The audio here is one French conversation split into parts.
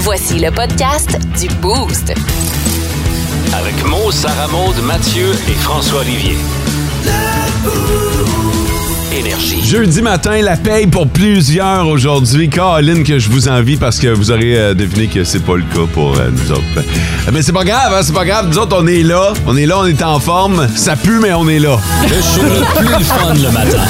Voici le podcast du Boost. Avec Mo, Sarah Maud, Mathieu et François Olivier. Énergie. Jeudi matin, la paye pour plusieurs aujourd'hui. Caroline, que je vous envie parce que vous aurez euh, deviné que c'est pas le cas pour euh, nous autres. Euh, Mais c'est pas grave, hein, c'est pas grave. Nous autres, on est là. On est là, on est en forme. Ça pue, mais on est là. Le show le plus le fun le matin.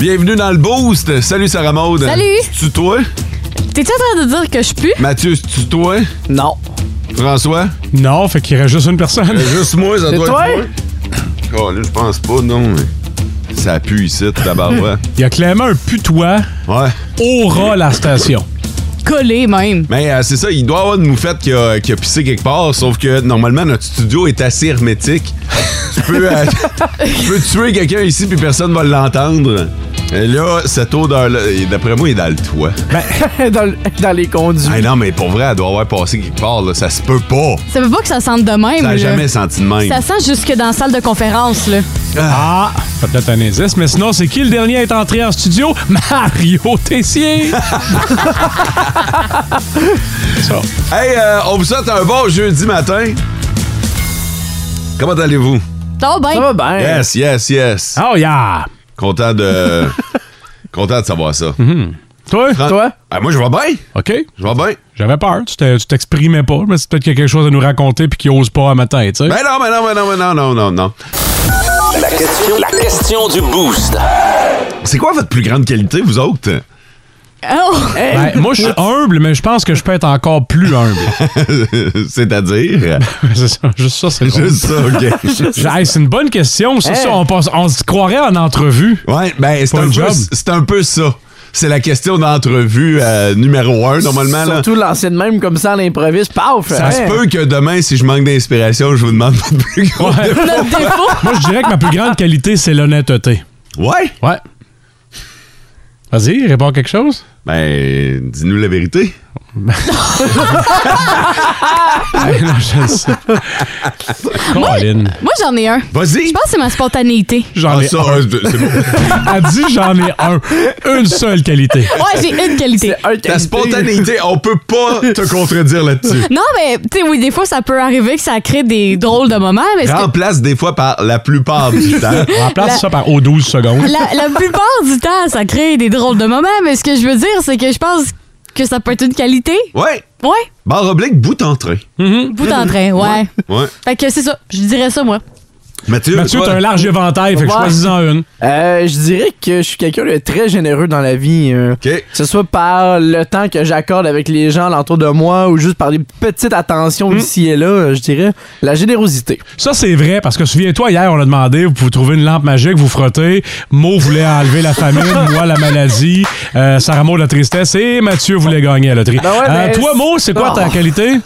Bienvenue dans le Boost. Salut, Sarah Maude. Salut. Tu toi? T'es-tu en train de dire que je pue? Mathieu, tu toi? Non. François? Non, fait qu'il reste juste une personne. Juste moi, ça C'est toi? Caroline, je pense pas, non. mais Ça pue ici, tout d'abord, ouais. Il y a clairement un putois Ouais. au ras la station. Collé même. Mais euh, c'est ça, il doit y avoir une moufette qui a, qui a pissé quelque part, sauf que normalement notre studio est assez hermétique. tu, peux, euh, tu peux tuer quelqu'un ici puis personne va l'entendre. Et là, cette odeur-là, et d'après moi, il est dans le toit. Ben, dans, le- dans les conduits. Hey, non, mais pour vrai, elle doit avoir passé quelque part, là. ça se peut pas. Ça veut pas que ça sente de même. Ça euh, là. n'a jamais senti de même. Ça sent jusque dans la salle de conférence, là. Ah, ça peut être un indice, mais sinon, c'est qui le dernier à être entré en studio? Mario Tessier! Ça. Hey, euh, on vous souhaite un bon jeudi matin. Comment allez-vous? T'as bien. Ça va bien. Yes, yes, yes. Oh yeah! Content de. Content de savoir ça. Mhm. Toi? Toi? Ah, moi, je vais bien. OK. Je vais bien. J'avais peur, tu t'es- tu t'exprimais pas, mais c'est peut-être qu'il y a quelque chose à nous raconter puis qui ose pas à ma tête, tu sais. Ben non, ben non, ben non, ben non, non, non, non. La question, la question du boost. C'est quoi votre plus grande qualité, vous autres? Oh! Ben, moi, je suis humble, mais je pense que je peux être encore plus humble. C'est-à-dire? c'est ça, juste ça, c'est drôle. Juste ça, OK. Hey, c'est une bonne question, c'est Hey. ça. On, pense- on se croirait en entrevue. ouais, ben, c'est Pas un, une peu, job. c'est un peu ça. C'est la question d'entrevue euh, numéro un, normalement. là. Surtout lancer de même comme ça à l'improviste. Paf! Ça se peut que demain, si je manque d'inspiration, je vous demande votre plus grande... Ouais. Notre défaut! Moi, je dirais que ma plus grande qualité, c'est l'honnêteté. Ouais? Ouais. Vas-y, réponds quelque chose. Ben, dis-nous la vérité. Hey, Ah, non, je le sais. Colin. Moi, j'en ai un. Je Vas-y! pense que c'est ma spontanéité. J'en Ah, ai ça, un. ouais, c'est- c'est bon. Elle dit j'en ai un. Une seule qualité. Ah, Ouais, j'ai une qualité. Ta spontanéité, on peut pas te contredire là-dessus. Non, mais, tu sais, oui, des fois, ça peut arriver que ça crée des drôles de moments, mais c'est que Remplace des fois par la plupart du temps. On remplace La- ça par aux 12 secondes. la, la plupart du temps, ça crée des drôles de moments, mais ce que je veux dire, c'est que je pense que ça peut être une qualité. Ouais! Ouais, Barre oblique, bout entrée. Mm-hmm. bout en train, ouais. Ouais. Fait que c'est ça, je dirais ça, moi. Mathieu, Mathieu, toi? t'as un large éventail, fait que Ouais. choisis-en une. Euh, je dirais que je suis quelqu'un de très généreux dans la vie. euh. OK. Que ce soit par le temps que j'accorde avec les gens autour de moi ou juste par des petites Hmm. attentions ici et là, euh, je dirais la générosité. Ça, c'est vrai, parce que souviens-toi, hier, on a demandé, vous pouvez trouver une lampe magique, vous frottez. Mo voulait enlever la famine, moi, la maladie. Euh, Sarah Mo, la tristesse. Et Mathieu voulait gagner à la loterie. Ben ouais, Euh, mais toi, c'est- Mo, c'est quoi Non. ta qualité?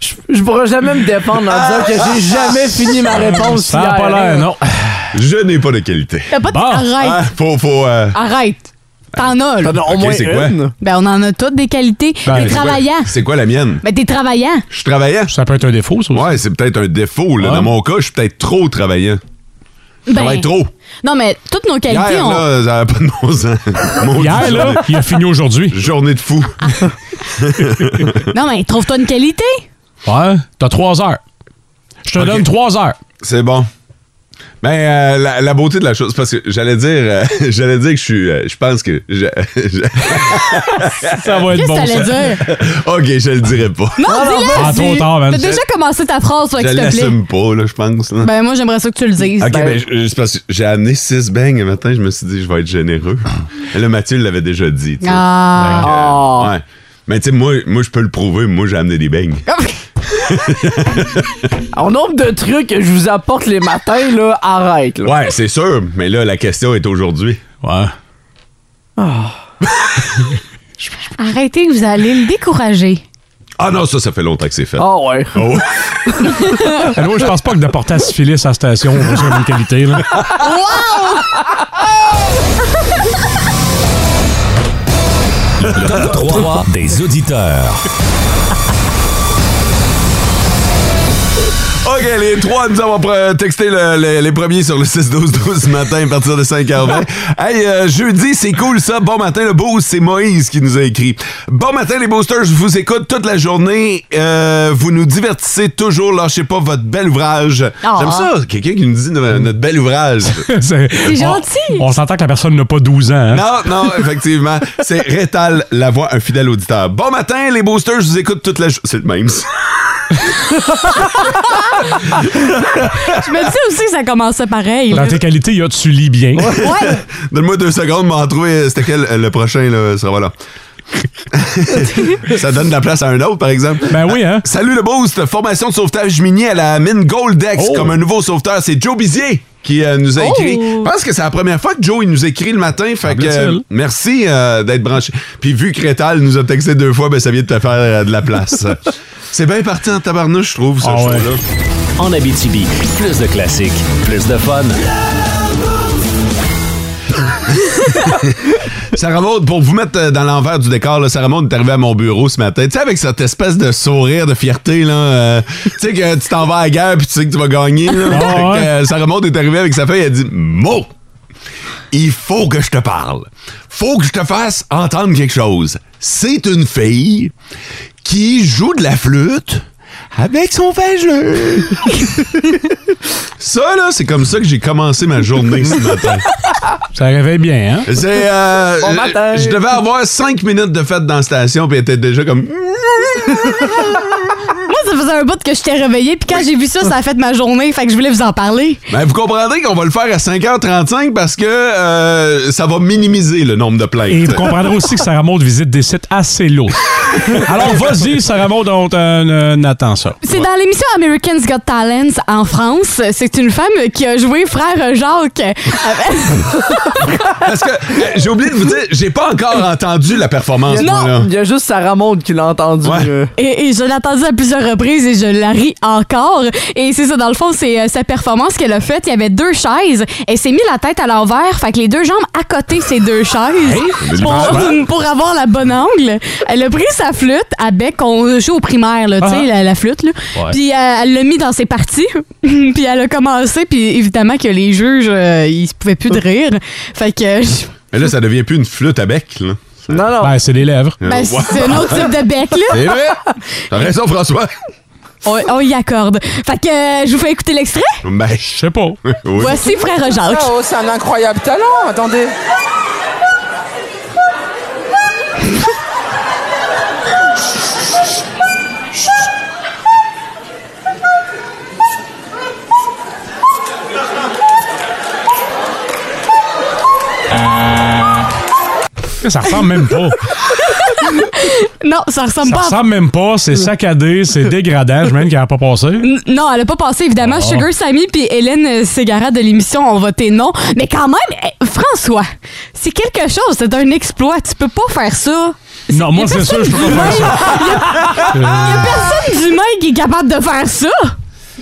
Je, je pourrais jamais me défendre en disant que j'ai Ah! jamais fini ma réponse. Ça n'a hier. pas l'air, non. Je n'ai pas de qualité. T'as pas de- Bon. Arrête! Ah, faut, faut, euh, Arrête. T'en as, là. T'en as Ah, ben, au Ok, moins c'est quoi? une. Ben, on en a toutes des qualités. Ben, t'es c'est travaillant. C'est quoi la mienne? Ben, t'es travaillant. Je travaillais. Ça peut être un défaut, ça aussi. Ouais, c'est peut-être un défaut. Là. Ouais. Dans mon cas, je suis peut-être trop travaillant. Je Ben, travaille trop. Non, mais toutes nos Hier, qualités, on... là, ça n'avait pas de bon sens. Mon Hier, Dieu, là, il a fini aujourd'hui. Journée de fou. Non, mais trouve-toi une qualité. Ouais, t'as trois heures. Je te Ok. donne trois heures. C'est bon. Mais euh, la, la beauté de la chose, parce que j'allais dire, euh, j'allais dire que je suis, euh, je pense que, je- je- Ça va être Qu'est-ce que bon, t'allais ça. dire? ok, je le dirai pas. Non, Ah, dis-le! trop dis- tard, man. T'as déjà commencé ta phrase, toi, je s'il te plaît. l'assume pas, là, je pense. là. Ben, moi, j'aimerais ça que tu le dises. ok, Ben, ben, je- c'est parce que j'ai amené six bangs le matin, je me suis dit, je vais être généreux. Et là, Mathieu l'avait déjà dit. tu sais. Ah. Fait que, euh, Ah. ouais. Mais tu sais, moi, moi, je peux le prouver. Moi, j'ai amené des beignes. Au nombre de trucs que je vous apporte les matins, là, arrête. Là. Ouais, c'est sûr. Mais là, la question est aujourd'hui. Ouais. Ah. Arrêtez, vous allez le décourager. Ah non, ça, ça fait longtemps que c'est fait. Ah ouais. Oh. Alors, je pense pas que d'apporter à syphilis à la station, on va une qualité, là. Top 3 des auditeurs. OK, les trois nous avons pr- texté le- le- les premiers sur le 6-12-12 ce matin à partir de 5h20. Hey, euh, jeudi, c'est cool ça. Bon matin, le boost, c'est Moïse qui nous a écrit. Bon matin, les boosters, je vous écoute toute la journée. Euh, vous nous divertissez toujours. Lâchez pas votre bel ouvrage. Ah. J'aime ça, quelqu'un qui nous dit no- notre bel ouvrage. C'est gentil. On, on s'entend que la personne n'a pas 12 ans. hein. Non, non, effectivement. C'est Rétal Lavoie, un fidèle auditeur. Bon matin, les boosters, je vous écoute toute la journée. C'est le même. ça. Je me disais aussi que ça commençait pareil. Dans là. tes qualités, il y a tu lis bien. Ouais. Donne-moi deux secondes, m'en trouver. C'était quel euh, le prochain, là, ça va là. ça donne de la place à un autre, par exemple. Ben oui, hein? Salut le boost, formation de sauvetage minier à la mine Goldex Oh. comme un nouveau sauveteur. C'est Joe Bizier qui euh, nous a Oh! écrit. Je pense que c'est la première fois que Joe il nous écrit le matin. Fait que, Semble-t-il. euh, merci euh, d'être branché. Puis vu que Rétal nous a texté deux fois, ben, ça vient de te faire euh, de la place. c'est bien parti en tabarnouche, je trouve, ce Ah ouais. show-là. En Abitibi, plus de classiques, plus de fun. Sarah Maud, pour vous mettre euh, dans l'envers du décor, là, Sarah Maud est arrivée à mon bureau ce matin. Tu sais, avec cette espèce de sourire, de fierté, là. euh, tu sais que tu t'en vas à la guerre puis tu sais que tu vas gagner. Là. Ah Fait que, ouais. euh, Sarah Maud est arrivée avec sa feuille, elle a dit Mo, il faut que je te parle. Faut que je te fasse entendre quelque chose. C'est une fille qui joue de la flûte avec son vagin. ça, là, c'est comme ça que j'ai commencé ma journée ce matin. Ça réveille bien, hein? C'est. euh, Bon matin. Je devais avoir cinq minutes de fête dans la station, puis elle était déjà comme. hmm. Moi, ça faisait un bout que j'étais réveillée, puis quand j'ai vu ça, ça a fait ma journée, fait que je voulais vous en parler. Ben, vous comprendrez qu'on va le faire à 5h35 parce que euh, ça va minimiser le nombre de plaintes. Et vous comprendrez aussi que Sarah Maud visite des sites assez lourds. Alors vas-y, Sarah Maud, on t'en- euh, n'attend ça. C'est dans l'émission Americans Got Talents en France. C'est une femme qui a joué Frère Jacques. Parce que euh, j'ai oublié de vous dire, j'ai pas encore entendu la performance, Non. moi, là. Il y a juste Sarah Maud qui l'a entendu. Ouais. euh. Et, et je l'ai entendue à plusieurs reprises et je la ris encore. Et c'est ça, dans le fond, c'est euh, sa performance qu'elle a faite. Il y avait deux chaises. Elle s'est mis la tête à l'envers, fait que les deux jambes à côté de ces deux chaises pour, hein? pour avoir la bonne angle. Elle a pris sa flûte à bec qu'on joue au primaire, là, tu Ah. sais, la, la flûte. Là. Puis euh, elle l'a mis dans ses parties. puis elle a commencé. Puis évidemment que les juges, euh, ils se pouvaient plus de rire. Fait que... euh, je- Mais là, ça devient plus une flûte à bec, là. Non, non. Ben, c'est des lèvres. Euh, ben, ouais. c'est un autre type de bec, là. C'est vrai! T'as raison, François! On, on y accorde. Fait que euh, je vous fais écouter l'extrait. Ben, Je sais pas. oui. Voici Frère Jacques. Ah, oh, c'est un incroyable talent, attendez. Ça ressemble même pas. Non, ça ressemble Ça pas. à- ressemble même pas. C'est saccadé, c'est dégradant. Je même qu'il n'a pas passé. N- Non, elle a pas passé, évidemment. Sugar Sammy puis Hélène Ségara de l'émission ont voté non. Mais quand même, eh, François, c'est quelque chose. C'est un exploit. Tu peux pas faire ça. Non, moi, c'est sûr, je peux pas faire ça. Euh, Personne d'humain qui est capable de faire ça.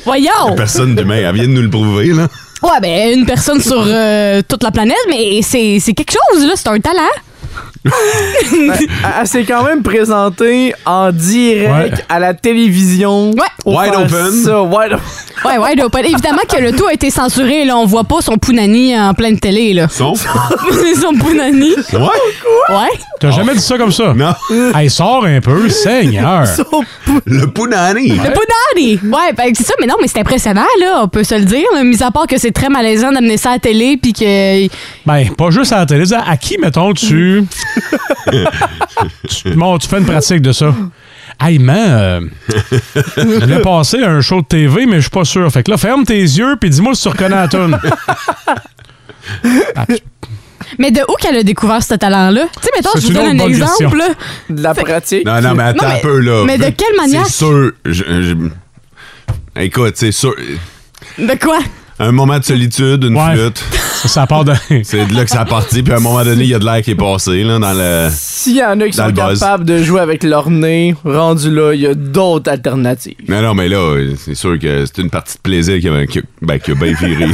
Voyons. Personne d'humain, elle vient de nous le prouver, là. Ouais, ben, une personne sur euh, toute la planète, mais c'est c'est quelque chose, là. C'est un talent. Elle elle s'est quand même présentée en direct Ouais. à la télévision. Ouais. pour Wide faire open. Ça, wide open. Ouais, ouais, donc, évidemment que le tout a été censuré, là. On voit pas son Pounani en pleine télé, là. Son? son Pounani. Ouais? Ouais. T'as jamais dit ça comme ça? Non. Hey, sort un peu, Seigneur. Le Pounani! Le Poudani! Ouais, ben, c'est ça, mais non, mais c'est impressionnant, là, on peut se le dire, là, mis à part que c'est très malaisant d'amener ça à la télé, puis que. Ben, pas juste à la télé. À qui, mettons, tu. tu, bon, tu fais une pratique de ça? Hey, man, euh, je voulais passer à un show de TV, mais je suis pas sûr. Fait que là, ferme tes yeux, puis dis-moi si tu reconnais la toune. Mais de où qu'elle a découvert ce talent-là? Tu sais, mettons, C'est je vous une donne autre un bonne question. exemple, là. De la pratique. Non, non, mais attends Non, mais- un peu, là. mais de quelle manière- C'est sûr. je- je- Écoute, c'est sûr. De quoi? Un moment de solitude, une Ouais. flûte. Ça part de. C'est de là que ça a parti, puis à un moment donné, il y a de l'air qui est passé, là, dans le. S'il y en a qui Dans sont le buzz. capables de jouer avec leur nez, rendu là, il y a d'autres alternatives. Non, non, mais là, euh, c'est sûr que c'est une partie de plaisir qui a, qui a- ben, qui a bien viré.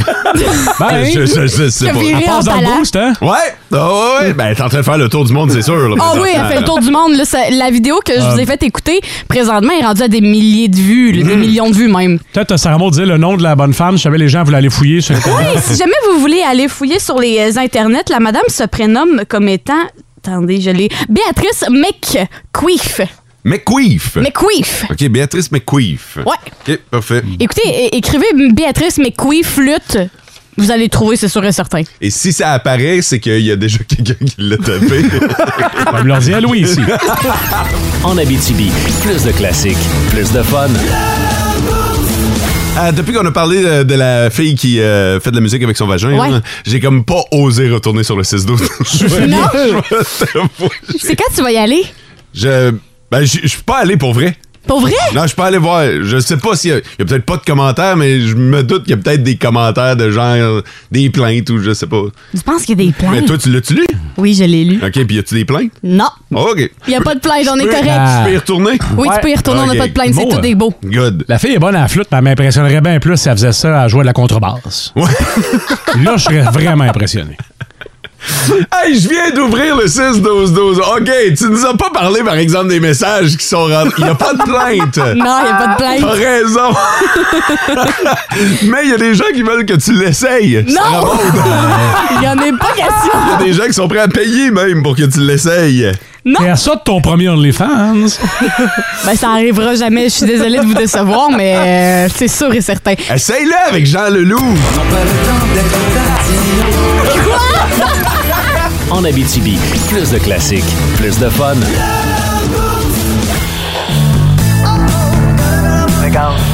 Ben, je, je- je sais Qui a pas. viré. elle passe dans en le palat. boost, hein? Ouais! Ah ouais, ouais! Ben, t'es en train de faire le tour du monde, c'est sûr. là, Ah oui, elle présentement, fait le là. tour du monde. Là, ça- la vidéo que je Euh. vous ai faite écouter, présentement, est rendue à des milliers de vues, là, des Mm. millions de vues même. Peut-être euh, Sarah Maud disait le nom de la bonne femme. Je savais les gens voulaient aller fouiller sur Internet. Et si jamais vous voulez aller fouiller sur les euh, internets, la madame se prénomme comme étant... Attendez, je l'ai. Béatrice McQueef. McQueef! McQueef. Ok, Béatrice McQueef. Ouais. Ok, parfait. Écoutez, é- écrivez Béatrice McQueef lutte. Vous allez trouver, c'est sûr et certain. Et si ça apparaît, c'est qu'il y a déjà quelqu'un qui l'a tapé. On va leur dire à Louis ici. En Abitibi, plus de classiques, plus de fun. Ah, depuis qu'on a parlé euh, de la fille qui euh, fait de la musique avec son vagin, Ouais. là, j'ai comme pas osé retourner sur le 6-12. Non? C'est quand tu vas y aller? je. Ben, je je suis pas allé pour vrai. Pour vrai? Non, je suis pas allé voir. Je sais pas s'il y a, il y a peut-être pas de commentaires, mais je me doute qu'il y a peut-être des commentaires de genre euh, des plaintes ou je sais pas. Je pense qu'il y a des Mais plaintes? toi, tu l'as-tu lu? Oui, je l'ai lu. OK, puis y a-tu des plaintes? Non. OK. Il n'y a pas de plainte, on est correct. Ah. Je peux y retourner? Oui, Ouais. tu peux y retourner, on Ok. n'a pas de plainte, c'est Bon, tout euh, des beaux. Good. La fille est bonne à la flûte, mais elle m'impressionnerait bien plus si elle faisait ça à jouer de la contrebasse. Ouais. Là, je serais vraiment impressionné. Hey, je viens d'ouvrir le 6-12-12. OK, tu nous as pas parlé, par exemple, des messages qui sont rentrés. Il n'y a pas de plainte. Non, il n'y a pas de T'as plainte. raison. Mais il y a des gens qui veulent que tu l'essayes. Sarah Non! Maud. Il n'y en a pas Il y question. a des gens qui sont prêts à payer même pour que tu l'essayes. Et à ça de ton premier OnlyFans. Ben, ça arrivera jamais, je suis désolée de vous décevoir, mais euh, c'est sûr et certain. Essaye-le avec Jean Leloup. En Abitibi, plus de classiques, plus de fun.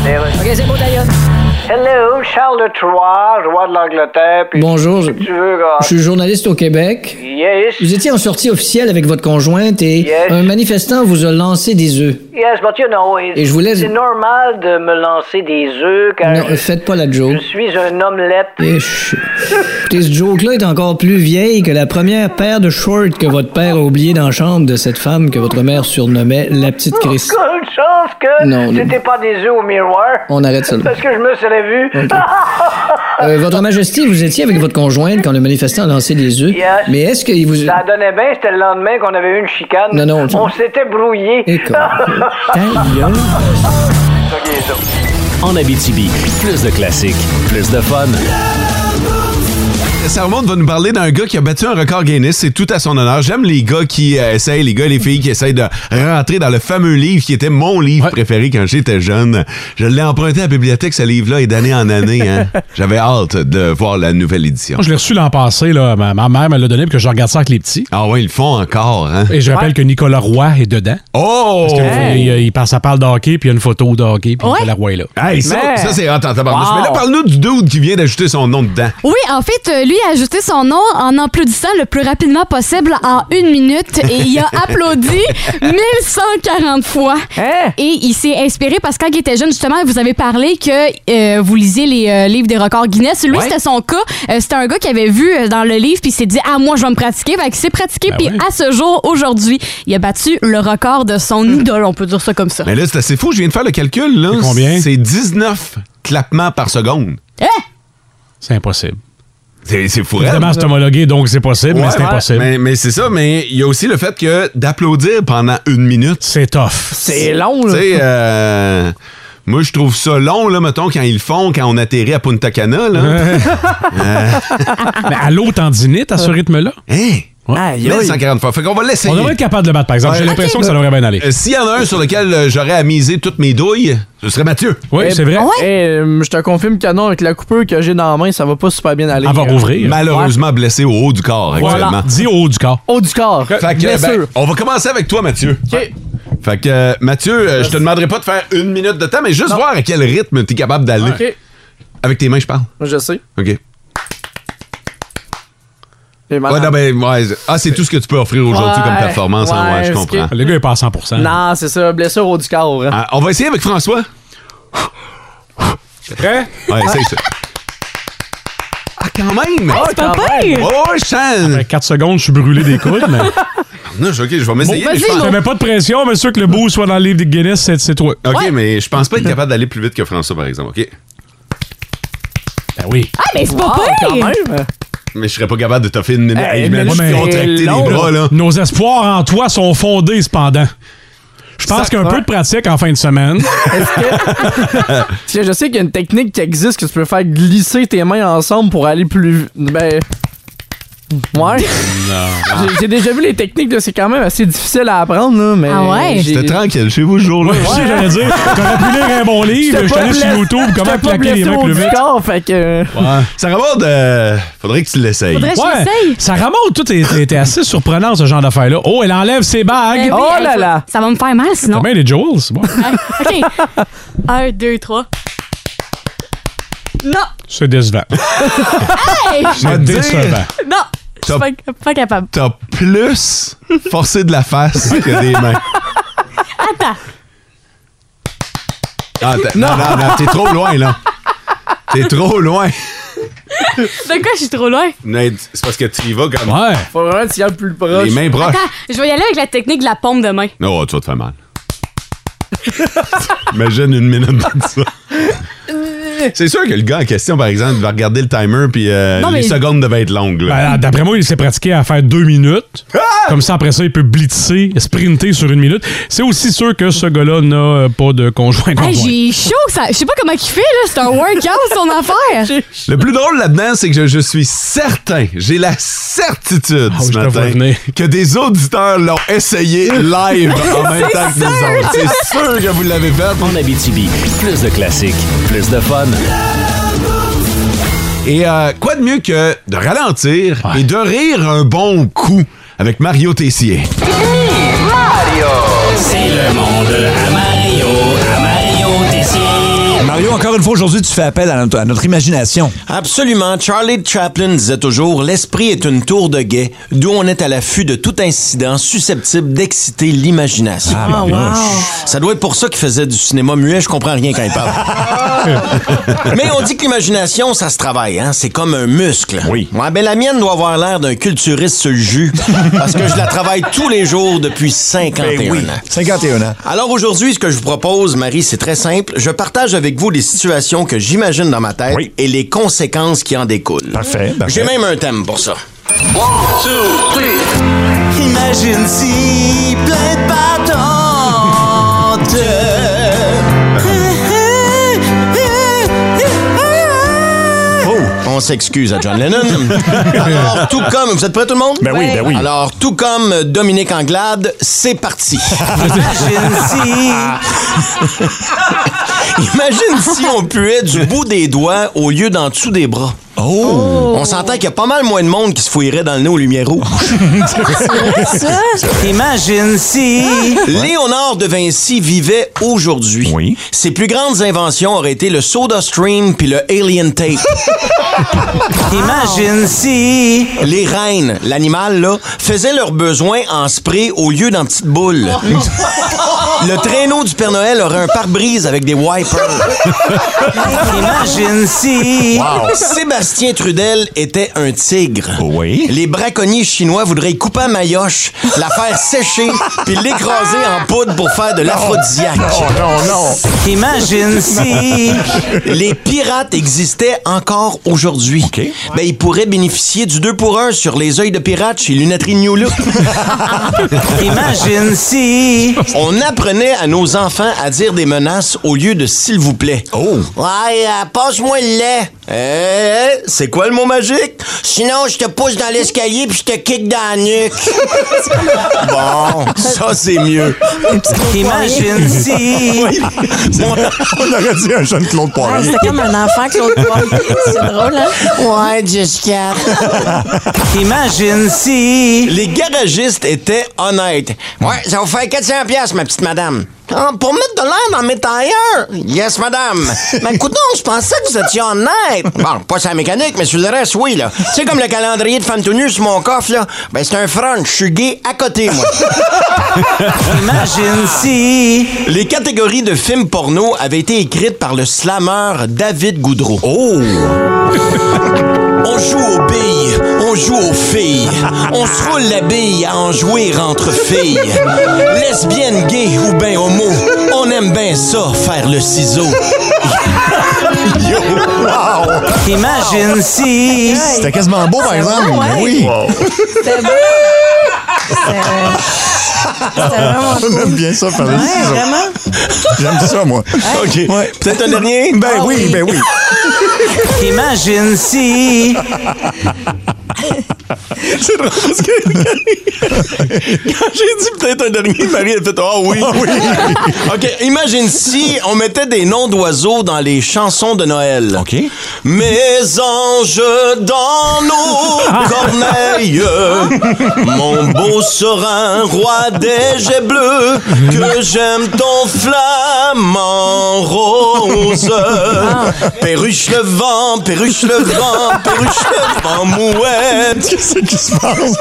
Eh Hello, Charles III, roi de l'Angleterre, puis Bonjour, je, tu veux, gars. je suis journaliste au Québec. Yes, Vous étiez en sortie officielle avec votre conjointe et Yes. un manifestant vous a lancé des œufs. yes, but you know, it- Et je voulais- c'est normal de me lancer des œufs car Non, euh, je, faites pas la joke. Eh, je suis un omelette. Et je- Écoutez, ce joke-là est encore plus vieille que la première paire de shorts que votre père a oublié dans la chambre de cette femme que votre mère surnommait la petite Oh, Chris. Quelle chance que Non, non. c'était pas des œufs au miroir, On arrête ça. là. parce que je me serais vu. Euh, votre Majesté, vous étiez avec votre conjointe quand le manifestant a lancé des œufs. Yes. Mais est-ce qu'il vous... Ça donnait bien, c'était le lendemain qu'on avait eu une chicane. Non, non, tu- on s'était brouillé. Écoute, ta gueule. En Abitibi, plus de classiques, plus de fun. Sarah Maud va nous parler d'un gars qui a battu un record Guinness. C'est tout à son honneur. J'aime les gars qui euh, essayent, les gars et les filles qui essayent de rentrer dans le fameux livre qui était mon livre Ouais. préféré quand j'étais jeune. Je l'ai emprunté à la bibliothèque, ce livre-là, et d'année en année. hein. J'avais hâte de voir la nouvelle édition. Moi, je l'ai reçu l'an passé. Là. Ma, ma mère me l'a donné parce que je regarde ça avec les petits. Ah ouais, ils le font encore, hein? Et je rappelle que Nicolas Roy est dedans. Oh! Parce que, euh, il, il parle, ça parle de hockey, puis il y a une photo de hockey, puis Ouais. Nicolas Roy est là. Hey, ça, Mais- ça, c'est rentre en tabarnouche. Wow. Mais là, parle-nous du dude qui vient d'ajouter son nom dedans. Oui, en fait, euh, lui a ajouté son nom en applaudissant le plus rapidement possible en une minute et il a applaudi 1140 fois. Hein? Et il s'est inspiré parce que quand il était jeune, justement, vous avez parlé que euh, vous lisiez les euh, livres des records Guinness. Lui, Ouais. c'était son cas. Euh, c'était un gars qui avait vu euh, dans le livre puis il s'est dit Ah, moi, je vais me pratiquer. Fait qu'il s'est pratiqué. Ben puis ouais. à ce jour, aujourd'hui, il a battu le record de son Euh. idole. On peut dire ça comme ça. Mais là, c'est assez fou. Je viens de faire le calcul, là. C'est combien? C'est 19 clappements par seconde. Hein? C'est impossible. C'est c'est fou, hein? raide. Évidemment, c'est homologué, donc c'est possible, mais Ouais, c'est ouais. impossible. Mais, mais c'est ça, mais il y a aussi le fait que d'applaudir pendant une minute, C'est tough. C'est long, tu là. sais, euh, moi je trouve ça long, là, mettons, quand ils le font, quand on atterrit à Punta Cana, là. Mais à l'eau tendinite, à ce rythme-là, Hein? Aïe, aïe. 140 fois. Fait qu'on va l'essayer. on devrait être capable de le battre, par exemple. Ouais. J'ai l'impression que ça devrait bien aller. Euh, S'il y en a un sur lequel euh, j'aurais à miser toutes mes douilles, ce serait Mathieu. Oui, c'est vrai. Eh, euh, je te confirme que non, avec la coupeur que j'ai dans la main, ça va pas super bien aller. Elle va Euh, rouvrir. Malheureusement blessé au haut du corps Voilà. actuellement. Dis au haut du corps. Haut du corps. Fait que, Ah, bien ben, sûr. on va commencer avec toi, Mathieu. OK. Fait que, euh, Mathieu, euh, je te demanderai pas de faire une minute de temps, mais juste voir à quel rythme t'es capable d'aller. OK. Avec tes mains, je parle. Je sais. OK. J'ai mal Ouais, à- non, ben, ouais. Ah, c'est tout ce que tu peux offrir aujourd'hui Ouais. comme performance, hein, ouais, Ouais, je ce comprends. Le gars est pas à 100 Non. Non, c'est ça, blessure haut du corps. hein. Hein? Ah, on va essayer avec François. Prêt? Ouais, essaye ça. quand même! Ah, C'est pas quand même. pire! Oh, je sens! Fait 4 secondes, je suis brûlé des coudes, mais. Non, je- ok, je vais m'essayer. Bon, mais je vas-y, pense- Je te mets pas de pression, mais sûr que le bout soit dans le livre de Guinness, c'est c'est toi. Ok, mais je pense pas être capable d'aller plus vite que François, par exemple, ok? Ben oui. Ah, mais c'est pas Ah, quand pire! même. Mais je serais pas capable de toffer une minute. Hey, Hey, Eh, mais J'imagine là, c'est contracter les long, bras, là. Nos espoirs en toi sont fondés, cependant. Je pense Ça- qu'un peu de pratique en fin de semaine. Tiens, je sais qu'il y a une technique qui existe que tu peux faire glisser tes mains ensemble pour aller plus. Ben. Ouais. Ah. J'ai- J'ai déjà vu les techniques, là, c'est quand même assez difficile à apprendre, là, mais. Ah ouais? j'ai- J'étais tranquille chez vous ce jour-là. Ouais, je sais, j'allais dire. T'aurais pu lire un bon livre, je J'étais suis pas allé sur blessé- YouTube, comment j'étais pas claquer les blessé mains au plus vite. corps, fait que. Ça remonte. euh, faudrait que tu l'essayes. Faudrait que je l'essaye. ça remonte, tout est, est- est assez surprenant, ce genre d'affaire-là. Oh, elle enlève ses Ben bagues. oui, Oh hey, là ça- là. Ça va me faire mal T'as sinon. bien les Joels, c'est bon. OK. Un, deux, trois. Non! C'est décevant. Je C'est vais te décevant. dire, Non! Je Top. suis pas, pas capable. T'as plus forcé de la face que des mains. Attends. Ah, t'as- non, non, non, t'es trop loin, là. T'es trop loin. De quoi je suis trop loin? Mais C'est parce que tu y vas comme Ouais. Faut vraiment que tu y ailles plus les proche. mains proches. Attends, je vais y aller avec la technique de la pompe de main. Non, oh, tu vas te faire mal. Imagine une minute de ça. C'est sûr que le gars en question, par exemple, va regarder le timer, puis euh, Euh. Non, mais- les secondes devaient être longues. Là. Ben, D'après moi, il s'est pratiqué à faire deux minutes. Ah! Comme ça, après ça, il peut blitzer, sprinter sur une minute. C'est aussi sûr que ce gars-là n'a euh, pas de conjoint Oh Hey, conjoint. j'ai chaud, ça. Je sais pas comment il fait, là. C'est un workout, son affaire. Le plus drôle là-dedans, c'est que je, je suis certain, j'ai la certitude Ah oui, je ce te matin vois venir. que des auditeurs l'ont essayé live en même temps que nous autres. C'est sûr que vous l'avez fait. En Abitibi, plus de classiques, plus de fun. Et euh, quoi de mieux que de ralentir et de rire un bon coup avec Mario Tessier. C'est le monde à Mario, à Mario Tessier. Mario, encore une fois, aujourd'hui, tu fais appel à notre, à notre imagination. Absolument. Charlie Chaplin disait toujours L'esprit est une tour de guet, d'où on est à l'affût de tout incident susceptible d'exciter l'imagination. Ça doit être pour ça qu'il faisait du cinéma muet, je comprends rien quand il parle. Mais on dit que l'imagination, ça se travaille, hein? C'est comme un muscle. Oui. Ouais, ben la mienne doit avoir l'air d'un culturiste sur le jus, parce que je la travaille tous les jours depuis 51 ans. 51 ans. Alors aujourd'hui, ce que je vous propose, Marie, c'est très simple. Je partage avec vous les situations que j'imagine dans ma tête Oui. et les conséquences qui en découlent. Parfait, parfait. J'ai même un thème pour ça. Imagine si plein de patentes. On s'excuse à John Lennon. Alors, tout comme... Vous êtes prêts, tout le monde? Ben oui, ben oui. Alors, tout comme Dominique Anglade, c'est parti. Imagine si... Imagine si on puait du bout des doigts au lieu d'en dessous des bras. Oh. On s'entend qu'il y a pas mal moins de monde qui se fouillerait dans le nez aux lumières rouges. Imagine si... Léonard de Vinci vivait aujourd'hui. Oui. Ses plus grandes inventions auraient été le Soda Stream puis le Alien Tape. Imagine si... Les reines, l'animal, là, faisaient leurs besoins en spray au lieu d'en petites boules. Le traîneau du Père Noël aurait un pare-brise avec des wipers. Imagine si... Sébastien Trudel était un tigre. Oui. Les braconniers chinois voudraient y couper à maillotche, la faire sécher, puis l'écraser en poudre pour faire de l'aphrodisiaque. non, non. Imagine si les pirates existaient encore aujourd'hui. Ben, ils pourraient bénéficier du 2 pour 1 sur les œils de pirates chez Lunatry New Look. Imagine si on apprenait à nos enfants à dire des menaces au lieu de s'il vous plaît. Oh. Ouais, euh, passe-moi le lait. Eh, c'est quoi le mot magique? Sinon, je te pousse dans l'escalier puis je te kick dans la nuque. bon, ça c'est mieux. Imagine si. On aurait dit un jeune Claude Poirier. Ah, C'est comme un enfant que l'autre C'est drôle, hein? Ouais, jusqu'à. Imagine si. Les garagistes étaient honnêtes. Ouais, ça vous fait 400 pièces, ma petite madame. Ah, pour mettre de l'air dans mes tailleurs. Yes, madame. Mais écoute, je pensais que vous étiez honnête. Bon, pas sa mécanique, mais sur le reste, oui, là. Tu sais, comme le calendrier de Fantonu sur mon coffre, là. Ben, c'est un front. Je suis gay à côté, moi. Imagine si... Les catégories de films porno avaient été écrites par le slammer David Goudreau. Oh! On joue aux billes, on joue aux filles. On se roule la bille à en jouer entre filles. Lesbienne, gay ou ben homo, on aime bien ça, faire le ciseau. Yo, wow! Imagine si- C'était quasiment beau, par C'est exemple. vrai, mais ouais. Oui. C'était beau. vraiment On aime bien ça, faire le Ouais, ciseau. vraiment. J'aime ça, moi. OK. Peut-être un dernier? Ben oui, ben oui. Imagine si. C'est drôle parce que quand j'ai dit peut-être un dernier, Marie a fait Ah oui. OK, imagine si on mettait des noms d'oiseaux dans les chansons de Noël. OK. Mes anges dans nos corneilles, mon beau serein, roi des jets bleus, que j'aime ton flamant rose. Ah. Perruche le vent, perruche le vent, perruche le vent, mouette. Qu'est-ce qui se passe?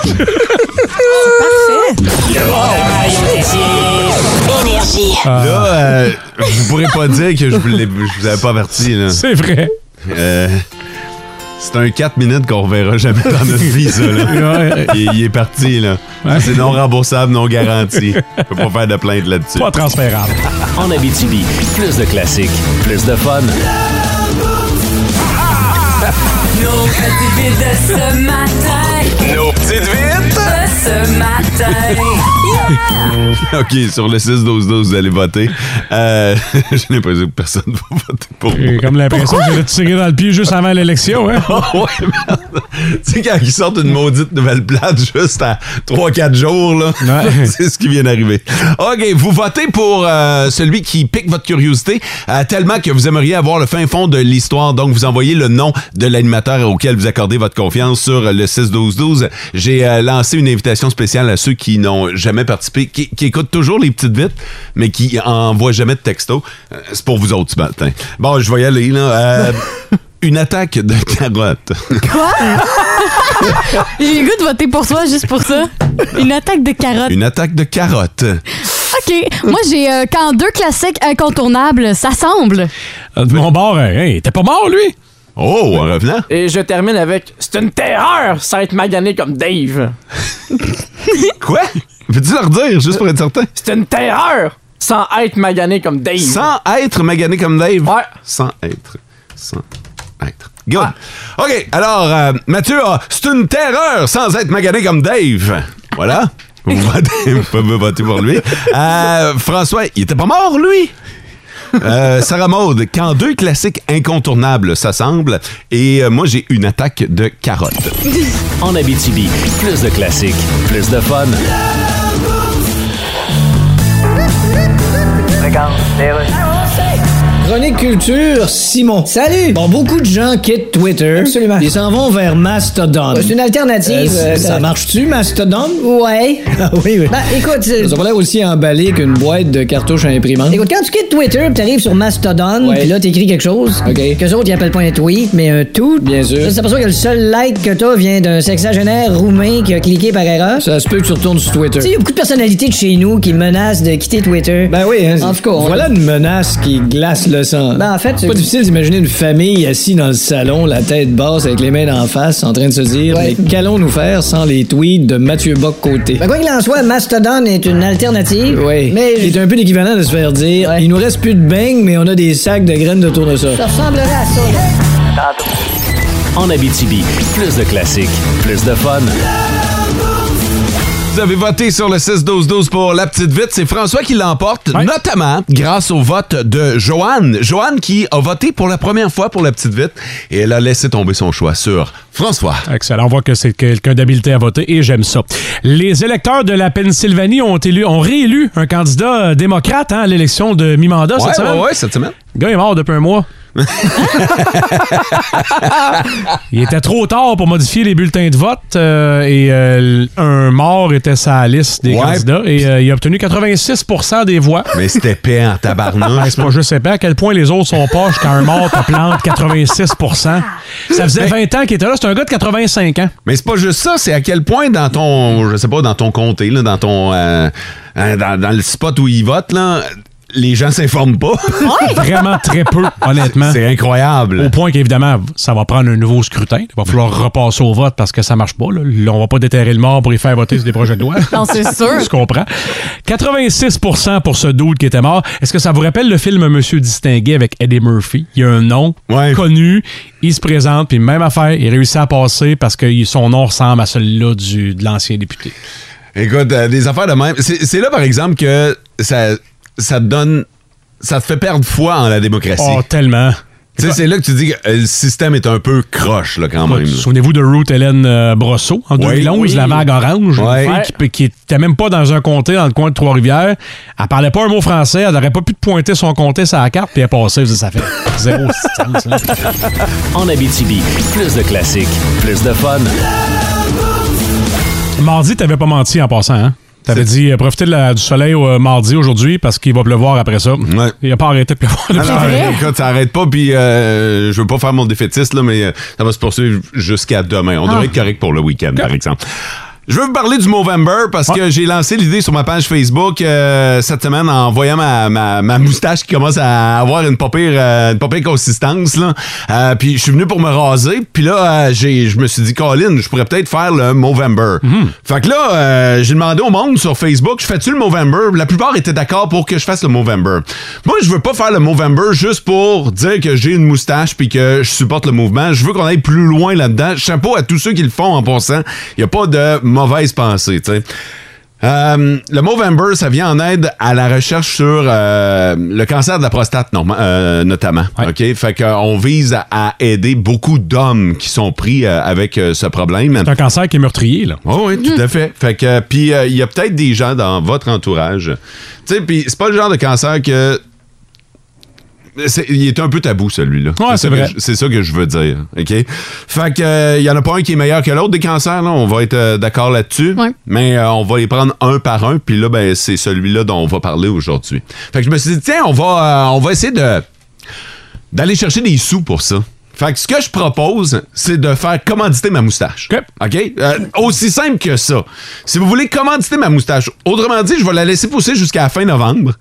Énergie. Ah. Là, euh, vous pourrez pas dire que je vous, l'ai- je vous avais pas averti. là. C'est vrai. Euh, c'est un 4 minutes qu'on reverra jamais dans notre vie, ça. là. Ouais. Il, il est parti, là. Ça, C'est non remboursable, non garanti. On peut pas faire de plainte là-dessus. Pas transférable. En Abitibi, plus de classiques, plus de fun. Nos petites vites de ce matin. Nos petites vites de ce matin. OK, sur le 6-12-12, vous allez voter. Euh, J'ai l'impression que personne va voter pour moi. J'ai comme l'impression que j'allais te tirer dans le pied juste avant l'élection. Hein? Tu sais, quand ils sortent une maudite nouvelle plate juste à 3-4 jours, là, c'est ce qui vient d'arriver. OK, vous votez pour euh, celui qui pique votre curiosité euh, tellement que vous aimeriez avoir le fin fond de l'histoire. Donc, vous envoyez le nom de l'animateur auquel vous accordez votre confiance sur le 6-12-12. J'ai euh, lancé une invitation spéciale à ceux qui n'ont jamais participé, qui, qui écoutent toujours les petites vites, mais qui envoient jamais de texto. Euh, C'est pour vous autres ce matin. Bon, je vais y aller, là. Euh, une attaque de carotte. Quoi? J'ai le goût de voter pour soi juste pour ça. Une attaque de carottes. Une attaque de carotte. OK. Moi, j'ai euh, quand deux classiques incontournables s'assemblent. Euh, De mon bord, hein, hey, t'es pas mort, lui? Oh, en revenant. Et je termine avec C'est une terreur, ça être magané comme Dave. Quoi? Veux-tu leur dire, juste pour être certain? C'est une terreur, sans être magané comme Dave. Sans être magané comme Dave? Ouais. Sans être. Sans être. Good. Ah. OK, alors, euh, Mathieu, a c'est une terreur sans être magané comme Dave. Voilà. Vous votez- vous pouvez voter pour lui. Euh, François, il était pas mort, lui? Euh, Sarah Maude, quand deux classiques incontournables s'assemblent, et euh, moi j'ai une attaque de carotte. En Abitibi, plus de classiques, plus de fun. Chronique culture, Simon. Salut! Bon, beaucoup de gens quittent Twitter. Absolument. Ils s'en vont vers Mastodon. C'est une alternative. Euh, euh, ça marche-tu, Mastodon? Ouais. Ah oui, oui. Ben, écoute, euh, Ça va l'air aussi emballé qu'une boîte de cartouches à imprimante. écoute, quand tu quittes Twitter, pis t'arrives sur Mastodon, Ouais. pis là, t'écris quelque chose. OK. Qu'eux autres, ils appellent pas un tweet, mais un tout. Bien sûr. Là, tu t'aperçois que le seul like que t'as vient d'un sexagénaire roumain qui a cliqué par erreur. Ça se peut que tu retournes sur Twitter. Tu sais, il y a beaucoup de personnalités de chez nous qui menacent de quitter Twitter. Ben oui, hein, En tout cas, on- voilà une menace qui glace le sang. Ben, en fait, c'est c'est- pas difficile d'imaginer une famille assise dans le salon, la tête basse avec les mains en face, en train de se dire Ouais. mais qu'allons-nous faire sans les tweets de Mathieu Bock côté. Ben, quoi qu'il en soit, Mastodon est une alternative. oui, mais c'est un peu l'équivalent de se faire dire il nous reste plus de beignes, mais on a des sacs de graines de tournesol. Ça ressemblerait à ça, là. En Abitibi, plus de classiques, plus de fun. Vous avez voté sur le 6-12-12 pour la petite vite. C'est François qui l'emporte, notamment grâce au vote de Joanne. Joanne qui a voté pour la première fois pour la petite vite et elle a laissé tomber son choix sur François. Excellent. On voit que c'est quelqu'un d'habileté à voter et j'aime ça. Les électeurs de la Pennsylvanie ont, élu, ont réélu un candidat euh, démocrate hein, à l'élection de mi-mandat ouais, cette semaine. ouais, ouais, cette semaine. Le gars est mort depuis un mois. Il était trop tard pour modifier les bulletins de vote euh, et euh, un mort était sa liste des Ouais. candidats et euh, il a obtenu 86 des voix. Mais c'était paix en Ouais, tabarnouche. c'est pas juste épais. À quel point les autres sont poches quand un mort te plante 86 Ça faisait 20 ans qu'il était là. C'est un gars de 85 ans. Mais c'est pas juste ça, c'est à quel point dans hein, ton, je sais pas, dans ton comté, là, dans ton, euh, euh, dans, dans le spot où il vote, là, les gens s'informent pas. Vraiment très peu, honnêtement. C'est incroyable. Au point qu'évidemment, ça va prendre un nouveau scrutin. Il va falloir repasser au vote parce que ça marche pas. Là. Là, on va pas déterrer le mort pour y faire voter sur des projets de loi. Non, c'est sûr. Je comprends. 86 pour ce dude qui était mort. Est-ce que ça vous rappelle le film Monsieur Distingué avec Eddie Murphy? Il y a un nom connu. Il se présente, puis même affaire, il réussit à passer parce que son nom ressemble à celui-là du- de l'ancien député. Écoute, euh, des affaires de même. C'est c'est là, par exemple, que ça, ça te donne. Ça te fait perdre foi en la démocratie. Oh, tellement. Tu sais, c'est là que tu dis que euh, le système est un peu croche, là, quand même. là. Souvenez-vous de Ruth Hélène euh, Brosseau en Oui. 2011, Oui. la vague orange, une Ouais. fille qui peut- qui était même pas dans un comté dans le coin de Trois-Rivières. Elle parlait pas un mot français, elle n'aurait pas pu te pointer son comté sur la carte, puis elle passait, elle disait, ça fait zéro sens. là. En Abitibi, plus de classiques, plus de fun. Mardi, t'avais pas menti en passant, hein? T'avais dit, euh, profitez de la- du soleil euh, mardi aujourd'hui parce qu'il va pleuvoir après ça. Il a pas arrêté de pleuvoir. Ah non, depuis. écoute, ça arrête pas, puis euh, je veux pas faire mon défaitiste, là, mais euh, ça va se poursuivre jusqu'à demain. On Ah. devrait être correct pour le week-end, par exemple. Je veux vous parler du Movember parce que j'ai lancé l'idée sur ma page Facebook euh, cette semaine en voyant ma, ma- ma moustache qui commence à avoir une pas pire, euh, une pas pire consistance. Là. Euh, puis je suis venu pour me raser. Puis là, euh, j'ai- je me suis dit, Colin, je pourrais peut-être faire le Movember. Fait que là, euh, j'ai demandé au monde sur Facebook, je fais-tu le Movember? La plupart étaient d'accord pour que je fasse le Movember. Moi, je veux pas faire le Movember juste pour dire que j'ai une moustache puis que je supporte le mouvement. Je veux qu'on aille plus loin là-dedans. Chapeau à tous ceux qui le font en passant. Il n'y a pas de mauvaise pensée, tu sais. Euh, le Movember, ça vient en aide à la recherche sur euh, le cancer de la prostate, norma- euh, notamment. OK? Fait qu'on vise à, à aider beaucoup d'hommes qui sont pris euh, avec euh, ce problème. C'est un cancer qui est meurtrier, là. Oh oui, tout à fait. Fait que, euh, puis euh, il y a peut-être des gens dans votre entourage. Tu sais, puis c'est pas le genre de cancer que. c'est- il est un peu tabou, celui-là. Ouais, ça c'est que vrai. je- C'est ça que je veux dire. OK? Fait que, euh, il y en a pas un qui est meilleur que l'autre des cancers, là. On va être euh, d'accord là-dessus. Mais euh, on va les prendre un par un, puis là, ben, c'est celui-là dont on va parler aujourd'hui. Fait que je me suis dit, tiens, on va, euh, on va essayer de d'aller chercher des sous pour ça. Fait que ce que je propose, c'est de faire commanditer ma moustache. OK? Euh, aussi simple que ça. Si vous voulez commanditer ma moustache, autrement dit, je vais la laisser pousser jusqu'à la fin novembre.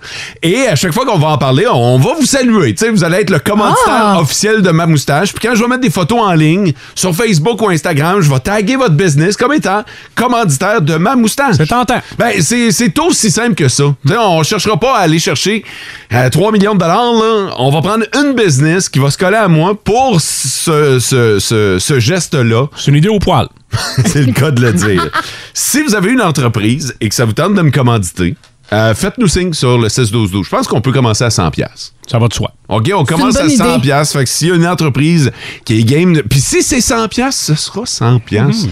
Et à chaque fois qu'on va en parler, on va vous saluer. Tu sais, vous allez être le Ah. commanditaire officiel de ma moustache. Puis quand je vais mettre des photos en ligne, sur Facebook ou Instagram, je vais taguer votre business comme étant commanditaire de ma moustache. C'est tentant. Ben, c'est c'est aussi simple que ça. Tu sais, on cherchera pas à aller chercher euh, 3 millions de dollars. là. On va prendre une business qui va se coller à moi pour ce, ce- ce- ce geste-là. C'est une idée au poil. c'est le cas de le dire. si vous avez une entreprise et que ça vous tente de me commanditer, euh, faites-nous signe sur le 16-12-12. Je pense qu'on peut commencer à 100 pièces. Ça va de soi. OK, on C'est commence une à bonne 100 idée. pièces. Fait que s'il y a une entreprise qui est game, de- puis si c'est 100 pièces, ce sera 100 pièces. Mm-hmm.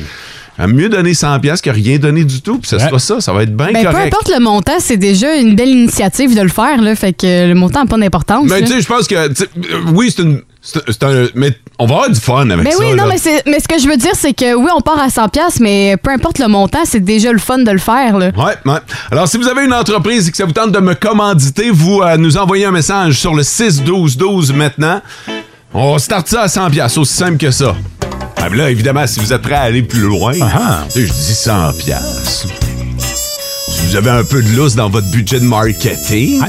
Euh, Mieux donner 100 pièces que rien donner du tout, puis ce sera ça, ça va être bien Ben, peu correct. importe le montant, c'est déjà une belle initiative de le faire, là. Fait que euh, le montant n'a pas d'importance. Mais Ben, là. tu sais, je pense que. tu sais, euh, Oui, c'est une. c'est- c'est un. Mais on va avoir du fun avec Mais ça. Ben oui, non, là. mais, c'est- mais ce que je veux dire, c'est que oui, on part à 100$, mais peu importe le montant, c'est déjà le fun de le faire. Là. Ouais, ouais. Alors, si vous avez une entreprise et que ça vous tente de me commanditer, vous euh, nous envoyez un message sur le 6-12-12 maintenant. On start ça à 100 pièces, aussi simple que ça. Ah, mais là, évidemment, si vous êtes prêt à aller plus loin, tu sais, je dis 100 pièces. Si vous avez un peu de lousse dans votre budget de marketing,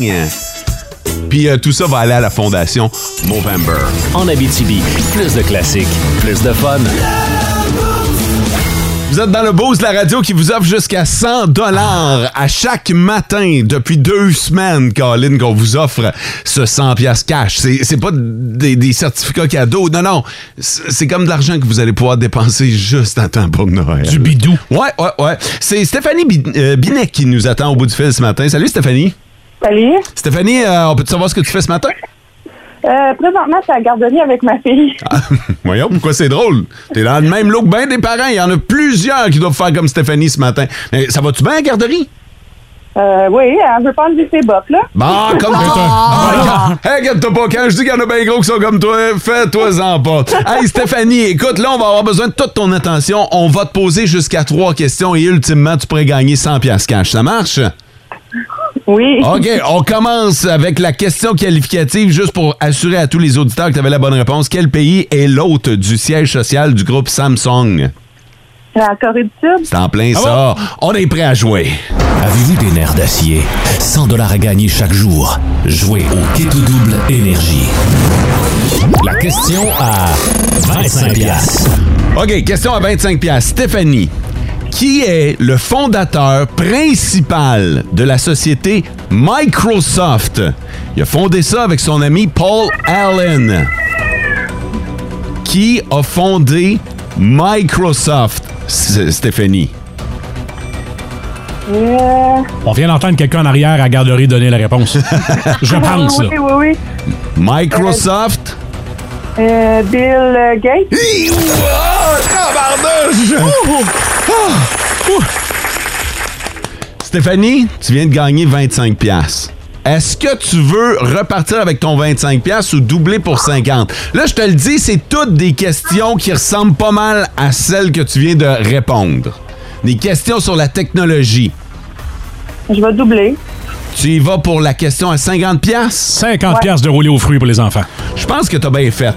puis euh, tout ça va aller à la fondation Movember. En Abitibi, plus de classiques, plus de fun. Vous êtes dans le Bose, la radio qui vous offre jusqu'à 100 dollars à chaque matin depuis deux semaines, Colin, qu'on vous offre ce 100 pièces cash. C'est c'est pas des, des certificats cadeaux, non, non. C'est c'est comme de l'argent que vous allez pouvoir dépenser juste à temps pour Noël. Du bidou. Ouais, ouais, ouais. C'est Stéphanie Bi- euh, Binet qui nous attend au bout du fil ce matin. Salut Stéphanie. Salut. Stéphanie, euh, on peut savoir ce que tu fais ce matin? Euh, présentement, c'est à la garderie avec ma fille. Voyons, pourquoi c'est drôle? T'es dans le même look bien des parents. Il y en a plusieurs qui doivent faire comme Stéphanie ce matin. Mais ça va-tu bien à la garderie? Euh, oui, elle veut pas enlever ses bottes, là. Bah, comme toi. Ah, hey, Regarde-toi pas, quand je dis qu'il y en a bien gros qui sont comme toi, fais-toi-en pas. Hey, Stéphanie, écoute, là, on va avoir besoin de toute ton attention. On va te poser jusqu'à trois questions et ultimement, tu pourrais gagner 100 piastres cash. Ça marche? Oui. OK, on commence avec la question qualificative, juste pour assurer à tous les auditeurs que tu avais la bonne réponse. Quel pays est l'hôte du siège social du groupe Samsung? C'est en Corée du Sud. C'est en Ah plein ça. On est prêt à jouer. Avez-vous des nerfs d'acier? 100 dollars à gagner chaque jour. Jouez au Keto Double Énergie. La question à 25 piastres. OK, question à 25 pièces. Stéphanie, qui est le fondateur principal de la société Microsoft? Il a fondé ça avec son ami Paul Allen. Qui a fondé Microsoft, S- Stéphanie? Euh, On vient d'entendre quelqu'un en arrière à la garderie donner la réponse. Je pense, là. Oui, oui, oui. Microsoft? Euh, Bill Gates. Stéphanie, tu viens de gagner 25 pièces. Est-ce que tu veux repartir avec ton 25 pièces ou doubler pour 50 Là, je te le dis, c'est toutes des questions qui ressemblent pas mal à celles que tu viens de répondre. Des questions sur la technologie. Je vais doubler. Tu y vas pour la question à 50 pièces 50 piastres de rouler aux fruits pour les enfants. Je pense que t'as bien fait.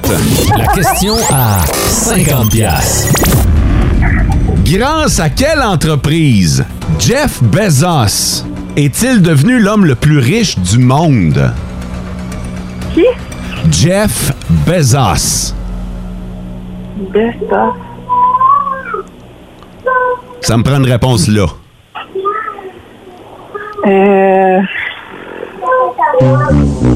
La question à 50 piastres. Grâce à quelle entreprise Jeff Bezos est-il devenu l'homme le plus riche du monde? Qui? Jeff Bezos. Bezos. Ça me prend une réponse là. Euh...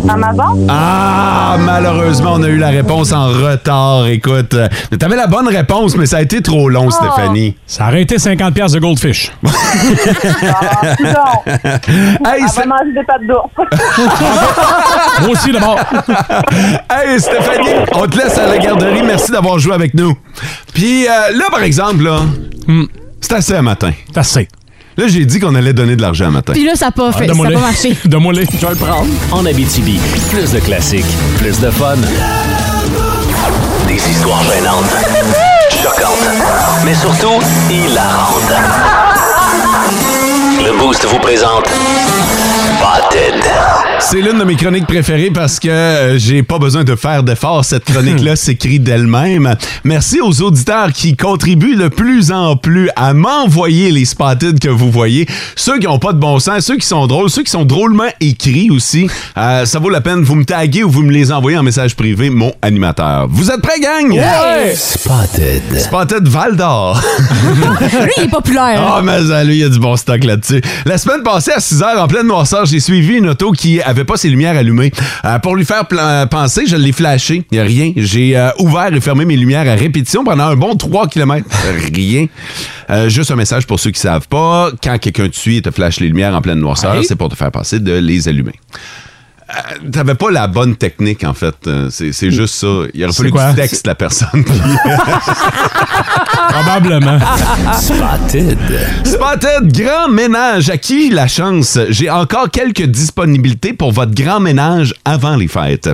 Amazon? Ah, malheureusement, on a eu la réponse en retard. Écoute, euh, t'avais la bonne réponse, mais ça a été trop long, Ah. Stéphanie. Ça aurait été 50 piastres de goldfish. hey, Elle va manger des pâtes d'ours. Moi aussi, d'abord. hey, Stéphanie, on te laisse à la garderie. Merci d'avoir joué avec nous. Puis euh, là, par exemple, là, c'est assez à matin. Hmm. C'est assez. Là, j'ai dit qu'on allait donner de l'argent à matin. Puis là, ça n'a Ah, pas, fait, ça a pas marché. Donne-moi-les. Je vais le prendre. En Abitibi, plus de classiques, plus de fun. Des histoires gênantes, choquantes, mais surtout hilarantes. Le Boost vous présente Spotted. C'est l'une de mes chroniques préférées parce que euh, j'ai pas besoin de faire d'efforts. Cette chronique-là s'écrit d'elle-même. Merci aux auditeurs qui contribuent de plus en plus à m'envoyer les spotted que vous voyez. Ceux qui ont pas de bon sens, ceux qui sont drôles, ceux qui sont drôlement écrits aussi. Euh, ça vaut la peine. Vous me taguez ou vous me les envoyez en message privé, mon animateur. Vous êtes prêts, gang? Ouais! Spotted. Spotted Val d'Or. Lui, il est populaire. Ah, mais ça, lui, il y a du bon stock là-dessus. La semaine passée, à 6 h en pleine noirceur, j'ai suivi une auto qui avait pas ses lumières allumées. Euh, pour lui faire pla- euh, penser, je l'ai flashé. Il n'y a rien. J'ai euh, ouvert et fermé mes lumières à répétition pendant un bon 3 km. Rien. Euh, juste un message pour ceux qui savent pas. Quand quelqu'un te suit et te flash les lumières en pleine noirceur, Ouais. c'est pour te faire passer de les allumer. Euh, T'avais pas la bonne technique, en fait. Euh, C'est c'est juste ça. Il aurait C'est fallu que quoi? tu textes la personne. Probablement. Spotted. Spotted, grand ménage. À qui la chance? J'ai encore quelques disponibilités pour votre grand ménage avant les fêtes.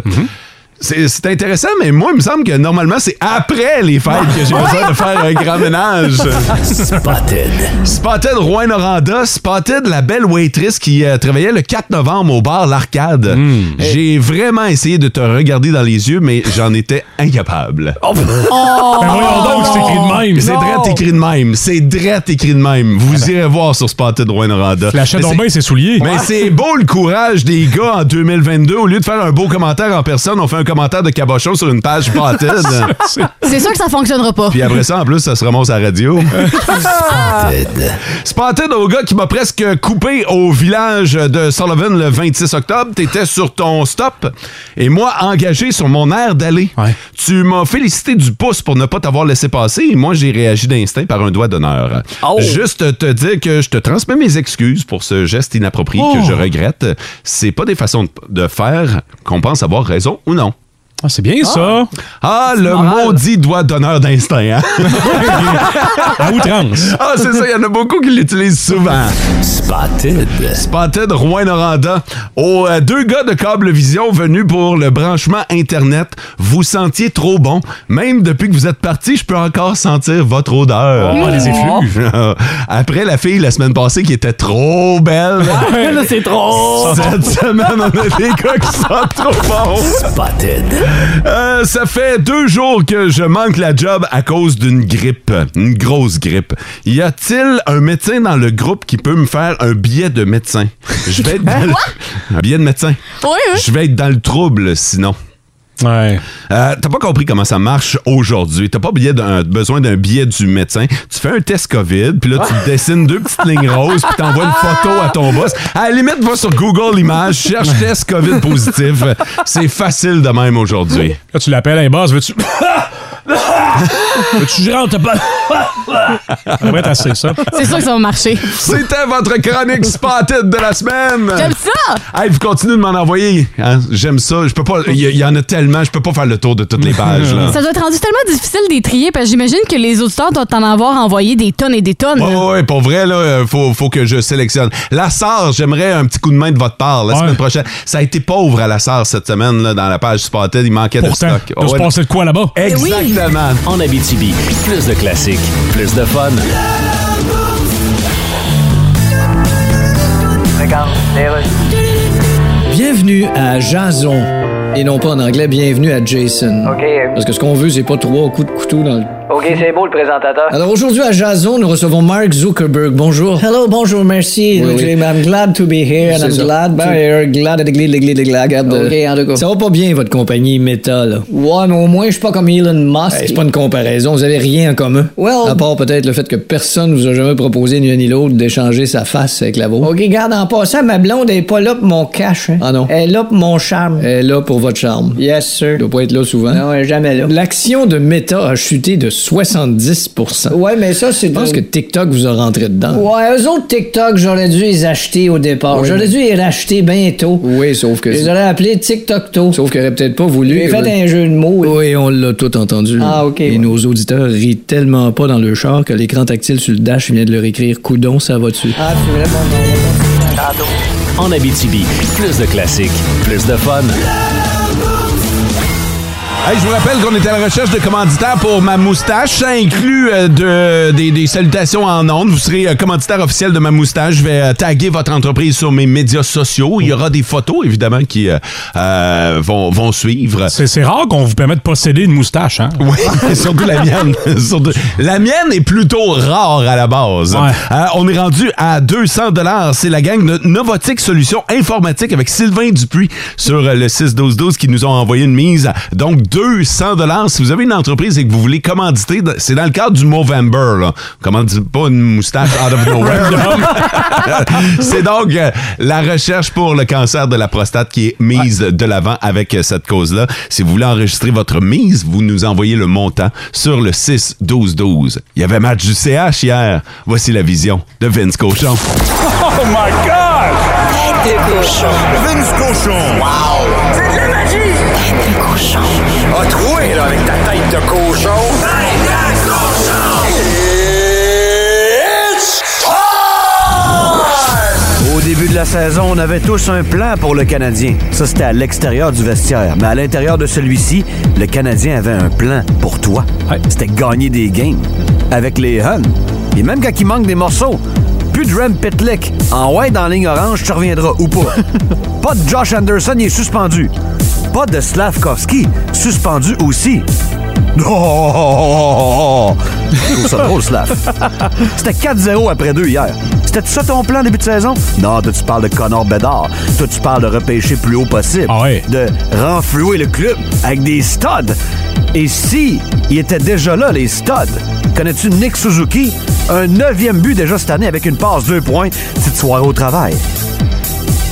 C'est c'est intéressant, mais moi, il me semble que normalement, c'est après les fêtes que j'ai besoin de faire un grand ménage. Spotted. Spotted Rouen Noranda, Spotted la belle waitress qui euh, travaillait le 4 novembre au bar L'Arcade. Hmm. J'ai vraiment essayé de te regarder dans les yeux, mais j'en étais incapable. Oh. Ben voyons donc, c'est écrit de même. Ah ben. C'est drette écrit de même. C'est drette écrit de même. Vous irez voir sur Spotted Rouen Noranda. Flashait Mais donc c'est- bien ses souliers. mais c'est beau le courage des gars en 2022. Au lieu de faire un beau commentaire en personne, on fait un commentaire de cabochon sur une page Spotted. C'est sûr que ça fonctionnera pas. Puis après ça, en plus, ça se remonte à la radio. Spotted. Spotted au gars qui m'a presque coupé au village de Sullivan le 26 octobre. T'étais sur ton stop et moi engagé sur mon air d'aller. Tu m'as félicité du pouce pour ne pas t'avoir laissé passer et moi j'ai réagi d'instinct par un doigt d'honneur. Juste te dire que je te transmets mes excuses pour ce geste inapproprié Oh. que je regrette. C'est pas des façons de- de faire qu'on pense avoir raison ou non. Ah, c'est bien ça. Ah, le maudit doigt d'honneur d'instinct. hein? À outrance. Ah, c'est ça, il y en a beaucoup qui l'utilisent souvent. Spotted. Spotted Rouen-Noranda. Aux euh, deux gars de Câble Vision venus pour le branchement Internet, vous sentiez trop bon. Même depuis que vous êtes partis, je peux encore sentir votre odeur. Ah, Oh, les effluves. Après la fille la semaine passée qui était trop belle. Là, c'est trop. Cette semaine, on a des gars qui sentent trop bon. Spotted. Euh, ça fait deux jours que je manque la job à cause d'une grippe, une grosse grippe. Y a-t-il un médecin dans le groupe qui peut me faire un billet de médecin? Je vais être dans le- Un billet de médecin? Je vais être dans le trouble sinon. Euh, Ouais. T'as pas compris comment ça marche aujourd'hui. T'as pas billet d'un- besoin d'un billet du médecin. Tu fais un test COVID, puis là, Ah. tu dessines deux petites lignes roses, puis t'envoies une photo à ton boss. À la limite, va sur Google Images, cherche test COVID positif. C'est facile de même aujourd'hui. Là, tu l'appelles, un boss, veux-tu. veux-tu que je rentre? Après, t'as assez ça. C'est sûr que ça va marcher. C'était votre chronique spotted de la semaine. J'aime ça! Hey, vous continuez de m'en envoyer. hein? J'aime ça. Je peux pas. Il y, il y en a tellement. Je peux pas faire le tour de toutes les pages. Là. Ça doit être rendu tellement difficile de les trier parce que j'imagine que les auditeurs doivent en avoir envoyé des tonnes et des tonnes. Ouais, ouais, ouais, pour vrai, là, euh, faut, faut que je sélectionne. La SAR, j'aimerais un petit coup de main de votre part la semaine prochaine. Ça a été pauvre à la SAR cette semaine, là, dans la page Spotted. Il manquait Pourtant, de stock. doit se passer de quoi là-bas? Exactement. En Abitibi, plus de classiques, plus de fun. Bienvenue à Jason. Et non pas en anglais, bienvenue à Jason. OK. euh, Parce que ce qu'on veut, c'est pas trois coups de couteau dans le... OK, c'est beau le présentateur. Alors aujourd'hui à Jason, nous recevons Mark Zuckerberg. Bonjour. Hello, bonjour, merci. Oui, oui. Jim. I'm glad to be here and C'est I'm ça. glad Ben, to... euh, glad, glad, glad, glad, glad, glad. Ok, en tout cas. Ça va pas bien, votre compagnie Meta, là. Ouais, mais au moins, je suis pas comme Elon Musk. Hey, c'est pas une comparaison, vous avez rien en commun. Well- À part peut-être le fait que personne vous a jamais proposé, ni l'un ni l'autre, d'échanger sa face avec la vôtre. OK, garde en passant, ma blonde est pas là pour mon cash. hein. Ah non. Elle est là pour mon charme. Elle est là pour votre charme. Yes, sir. Elle doit pas être là souvent. Non, elle est jamais là. L'action de Meta a chuté de 70 Ouais, mais ça, c'est... Je pense de- que TikTok vous a rentré dedans. Ouais, eux autres TikTok, j'aurais dû les acheter au départ. Oui, j'aurais mais- dû les racheter bientôt. Oui, sauf que. Je les aurais appelés TikTok-to. Sauf qu'elle aurait peut-être pas voulu. J'ai que- fait un jeu de mots. Oui, on l'a tout entendu. Ah, ok, Et ouais. nos auditeurs rient tellement pas dans le char que l'écran tactile sur le dash vient de leur écrire Coudon, ça va dessus. Ah, c'est vraiment... En Abitibi, plus de classiques, plus de fun. Hey, je vous rappelle qu'on est à la recherche de commanditaires pour ma moustache. Ça inclut euh, de- des, des salutations en ondes. Vous serez euh, commanditaire officiel de ma moustache. Je vais euh, taguer votre entreprise sur mes médias sociaux. Il y aura des photos, évidemment, qui euh, euh, vont, vont suivre. C'est c'est rare qu'on vous permette de posséder une moustache, hein? Oui, surtout la mienne. Surtout- La mienne est plutôt rare à la base. Euh, on est rendu à 200 C'est la gang de Novotic Solutions Informatiques avec Sylvain Dupuis sur euh, le 6-12-12 qui nous ont envoyé une mise. Donc, 200 Si vous avez une entreprise et que vous voulez commanditer, dans- c'est dans le cadre du Movember. Là. Commanditez pas une moustache out of nowhere. c'est donc euh, la recherche pour le cancer de la prostate qui est mise de l'avant avec euh, cette cause-là. Si vous voulez enregistrer votre mise, vous nous envoyez le montant sur le 6-12-12. Il y avait match du CH hier. Voici la vision de Vince Cochon. Oh my god! Tête de cochon. Vince cochon. Wow! C'est de la magie! Tête de cochon. A troué, là, avec ta tête de cochon. Tête de cochon! It's Au début de la saison, on avait tous un plan pour le Canadien. Ça, c'était à l'extérieur du vestiaire. Mais à l'intérieur de celui-ci, le Canadien avait un plan pour toi. C'était gagner des games avec les Huns. Et même quand il manque des morceaux, plus de Rem Pitlick. En ouais, dans la ligne orange, tu reviendras ou pas. pas de Josh Anderson, il est suspendu. Pas de Slavkovski, suspendu aussi. Oh, oh, oh, oh, oh, oh. Je trouve ça drôle, Slav. C'était 4-0 après 2 hier. C'était ça ton plan début de saison? Non, toi, tu parles de Connor Bedard. Toi, tu parles de repêcher plus haut possible. De renflouer le club avec des studs. Et si il était déjà là, les studs, connais-tu Nick Suzuki? Un neuvième but déjà cette année avec une passe, deux points. Petite soirée au travail.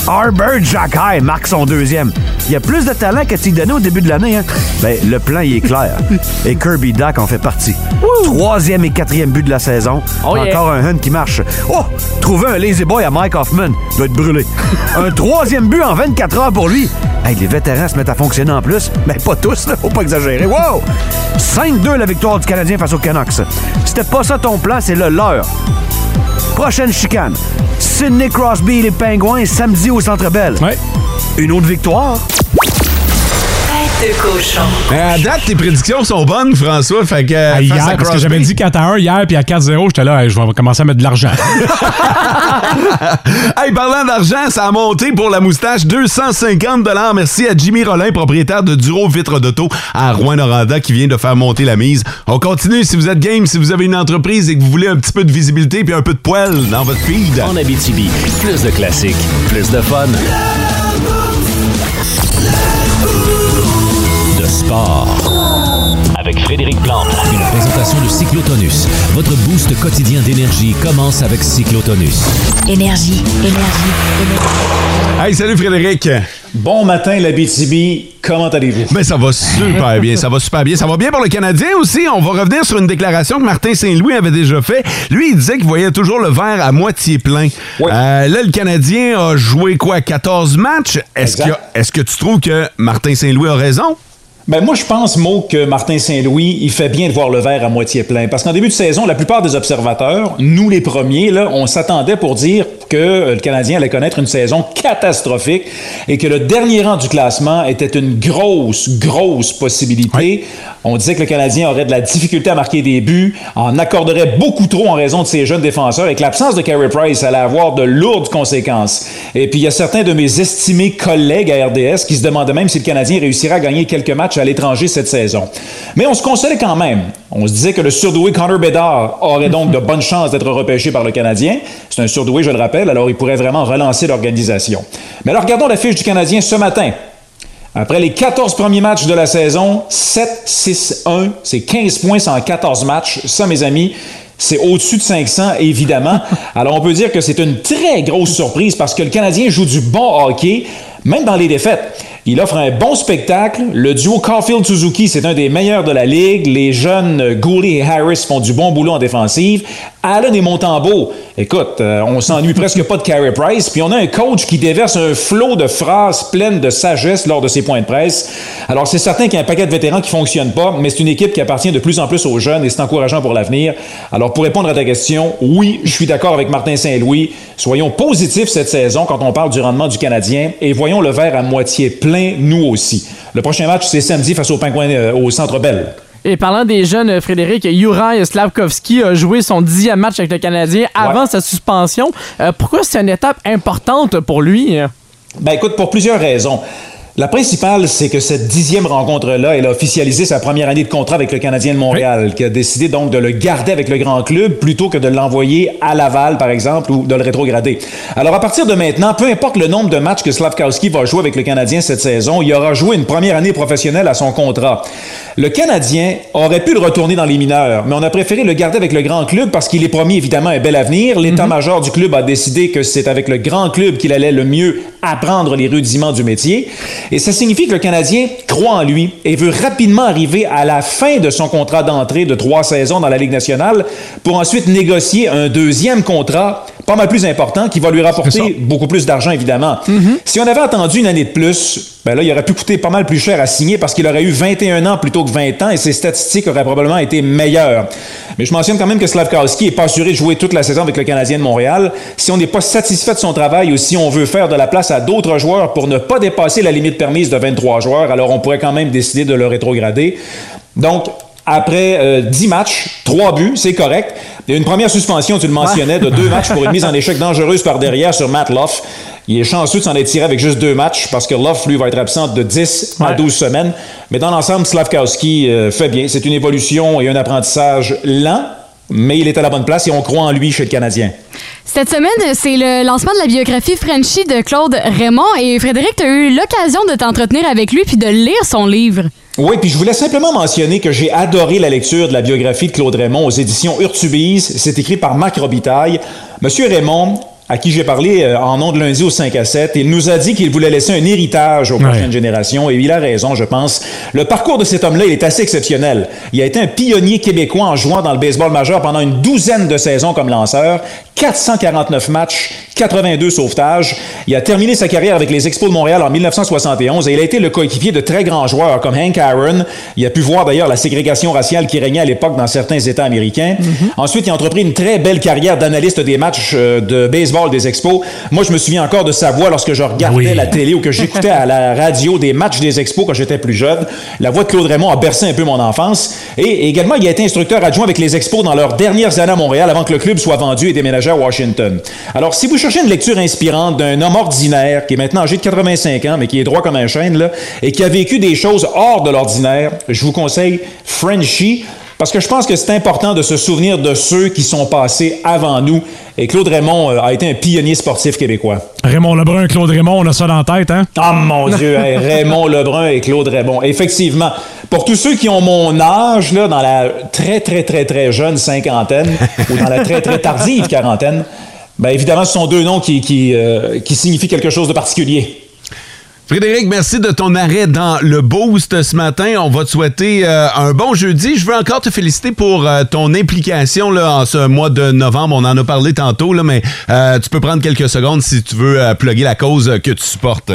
Arbor Jack High marque son deuxième. Il y a plus de talent que tu lui donnais au début de l'année. Hein? Ben, le plan, il est clair. Et Kirby Duck en fait partie. Troisième et quatrième but de la saison. Oh yeah. Encore un Hunt qui marche. Oh! Trouver un lazy boy à Mike Hoffman. Doit être brûlé. un troisième but en 24 heures pour lui. Hey, les vétérans se mettent à fonctionner en plus. Mais pas tous, là. Faut pas exagérer. Wow! 5-2 la victoire du Canadien face aux Canucks. C'était pas ça ton plan, c'est le leur. Prochaine chicane. Sidney Crosby et les Pingouins samedi au Centre Bell. Une autre victoire. Tête de cochon. Mais Euh, à date, tes prédictions sont bonnes, François. Fait que. Ah, face à hier, parce que Crosby. j'avais dit 4 à 1 hier, puis à 4-0, j'étais là, Hey, je vais commencer à mettre de l'argent. hey, parlant d'argent, ça a monté pour la moustache 250 Merci à Jimmy Rollin, propriétaire de Duro Vitre d'Auto à Rouen-Noranda, qui vient de faire monter la mise. On continue si vous êtes game, si vous avez une entreprise et que vous voulez un petit peu de visibilité puis un peu de poil dans votre feed. En Abitibi, plus de classiques, plus de fun. De sport. Avec Frédéric Plante. Une présentation de Cyclotonus. Votre boost quotidien d'énergie commence avec Cyclotonus. Énergie, énergie, énergie. Hey, salut Frédéric. Bon matin, l'Abitibi. Comment allez-vous? Mais ça va super bien, ça va super bien. Ça va bien pour le Canadien aussi. On va revenir sur une déclaration que Martin Saint-Louis avait déjà fait. Lui, il disait qu'il voyait toujours le verre à moitié plein. Euh, là, le Canadien a joué quoi, 14 matchs? Est-ce que, Exact. est que tu trouves que Martin Saint-Louis a raison? Ben moi, je pense, Mo, que Martin Saint-Louis, il fait bien de voir le verre à moitié plein. Parce qu'en début de saison, la plupart des observateurs, nous les premiers, là, on s'attendait pour dire que euh, le Canadien allait connaître une saison catastrophique et que le dernier rang du classement était une grosse, grosse possibilité. On disait que le Canadien aurait de la difficulté à marquer des buts, en accorderait beaucoup trop en raison de ses jeunes défenseurs et que l'absence de Carey Price allait avoir de lourdes conséquences. Et puis, il y a certains de mes estimés collègues à RDS qui se demandaient même si le Canadien réussira à gagner quelques matchs à l'étranger cette saison. Mais on se consolait quand même. On se disait que le surdoué Connor Bedard aurait donc de bonnes chances d'être repêché par le Canadien. C'est un surdoué, je le rappelle, alors il pourrait vraiment relancer l'organisation. Mais alors, regardons la fiche du Canadien ce matin. Après les 14 premiers matchs de la saison, 7-6-1, c'est 15 points en 14 matchs. Ça, mes amis, c'est au-dessus de 500, évidemment. Alors, on peut dire que c'est une très grosse surprise parce que le Canadien joue du bon hockey, même dans les défaites. Il offre un bon spectacle. Le duo Caulfield-Suzuki, c'est un des meilleurs de la Ligue. Les jeunes Gouli et Harris font du bon boulot en défensive. Allen et Montembeau, écoute, euh, on s'ennuie presque pas de Carey Price. Puis on a un coach qui déverse un flot de phrases pleines de sagesse lors de ses points de presse. Alors c'est certain qu'il y a un paquet de vétérans qui fonctionnent pas, mais c'est une équipe qui appartient de plus en plus aux jeunes et c'est encourageant pour l'avenir. Alors pour répondre à ta question, oui, je suis d'accord avec Martin Saint-Louis. Soyons positifs cette saison quand on parle du rendement du Canadien et voyons le verre à moitié plein, nous aussi. Le prochain match, c'est samedi face aux Pingouins euh, au Centre Bell. Et parlant des jeunes, euh, Frédéric, Juraj Slavkovski a joué son dixième match avec le Canadien avant sa suspension. Euh, pourquoi c'est une étape importante pour lui? hein? Ben écoute, pour plusieurs raisons. La principale, c'est que cette dixième rencontre-là, elle a officialisé sa première année de contrat avec le Canadien de Montréal, qui a décidé donc de le garder avec le grand club plutôt que de l'envoyer à Laval, par exemple, ou de le rétrograder. Alors, à partir de maintenant, peu importe le nombre de matchs que Slavkowski va jouer avec le Canadien cette saison, il aura joué une première année professionnelle à son contrat. Le Canadien aurait pu le retourner dans les mineurs, mais on a préféré le garder avec le grand club parce qu'il est promis évidemment un bel avenir. L'état-major du club a décidé que c'est avec le grand club qu'il allait le mieux apprendre les rudiments du métier. Et ça signifie que le Canadien croit en lui et veut rapidement arriver à la fin de son contrat d'entrée de trois saisons dans la Ligue nationale pour ensuite négocier un deuxième contrat, pas mal plus important, qui va lui rapporter beaucoup plus d'argent, évidemment. Si on avait attendu une année de plus, ben là, il aurait pu coûter pas mal plus cher à signer parce qu'il aurait eu 21 ans plutôt que 20 ans et ses statistiques auraient probablement été meilleures. Mais je mentionne quand même que Slavkowski n'est pas assuré de jouer toute la saison avec le Canadien de Montréal. Si on n'est pas satisfait de son travail ou si on veut faire de la place à d'autres joueurs pour ne pas dépasser la limite permise de 23 joueurs, alors on pourrait quand même décider de le rétrograder. Donc, après euh, 10 matchs, 3 buts, c'est correct. Il y a une première suspension, tu le mentionnais, de deux matchs pour une mise en échec dangereuse par derrière sur Matt Loff. Il est chanceux de s'en être tiré avec juste deux matchs parce que Loff, lui, va être absent de 10 à 12 semaines. Mais dans l'ensemble, Slavkowski euh, fait bien. C'est une évolution et un apprentissage lent, mais il est à la bonne place et on croit en lui chez le Canadien. Cette semaine, c'est le lancement de la biographie Frenchie de Claude Raymond et Frédéric, tu as eu l'occasion de t'entretenir avec lui puis de lire son livre. Ben, Oui, puis je voulais simplement mentionner que j'ai adoré la lecture de la biographie de Claude Raymond aux éditions Urtubise. C'est écrit par Marc Robitaille. Monsieur Raymond, à qui j'ai parlé euh, en nom de lundi au 5 à 7, il nous a dit qu'il voulait laisser un héritage aux prochaines générations et il a raison, je pense. Le parcours de cet homme-là, il est assez exceptionnel. Il a été un pionnier québécois en jouant dans le baseball majeur pendant une douzaine de saisons comme lanceur, 449 matchs, 82 sauvetages. Il a terminé sa carrière avec les Expos de Montréal en 1971 et il a été le coéquipier de très grands joueurs comme Hank Aaron. Il a pu voir d'ailleurs la ségrégation raciale qui régnait à l'époque dans certains États américains. Ensuite, il a entrepris une très belle carrière d'analyste des matchs euh, de baseball des Expos. Moi, je me souviens encore de sa voix lorsque je regardais la télé ou que j'écoutais à la radio des matchs des Expos quand j'étais plus jeune. La voix de Claude Raymond a bercé un peu mon enfance. Et également, il a été instructeur adjoint avec les Expos dans leurs dernières années à Montréal avant que le club soit vendu et déménagé à Washington. Alors, si vous cherchez une lecture inspirante d'un homme ordinaire qui est maintenant âgé de 85 ans, mais qui est droit comme un chêne, là, et qui a vécu des choses hors de l'ordinaire, je vous conseille Frenchie. Parce que je pense que c'est important de se souvenir de ceux qui sont passés avant nous. Et Claude Raymond euh, a été un pionnier sportif québécois. Raymond Lebrun, Claude Raymond, on a ça dans la tête, hein? Ah mon Dieu, hey, Raymond Lebrun et Claude Raymond. Effectivement, pour tous ceux qui ont mon âge, là, dans la très, très, très, très jeune cinquantaine ou dans la très, très tardive quarantaine, ben évidemment, ce sont deux noms qui, qui, euh, qui signifient quelque chose de particulier. Frédéric, merci de ton arrêt dans le boost ce matin. On va te souhaiter euh, un bon jeudi. Je veux encore te féliciter pour euh, ton implication là, en ce mois de novembre. On en a parlé tantôt, là, mais euh, tu peux prendre quelques secondes si tu veux euh, plugger la cause euh, que tu supportes.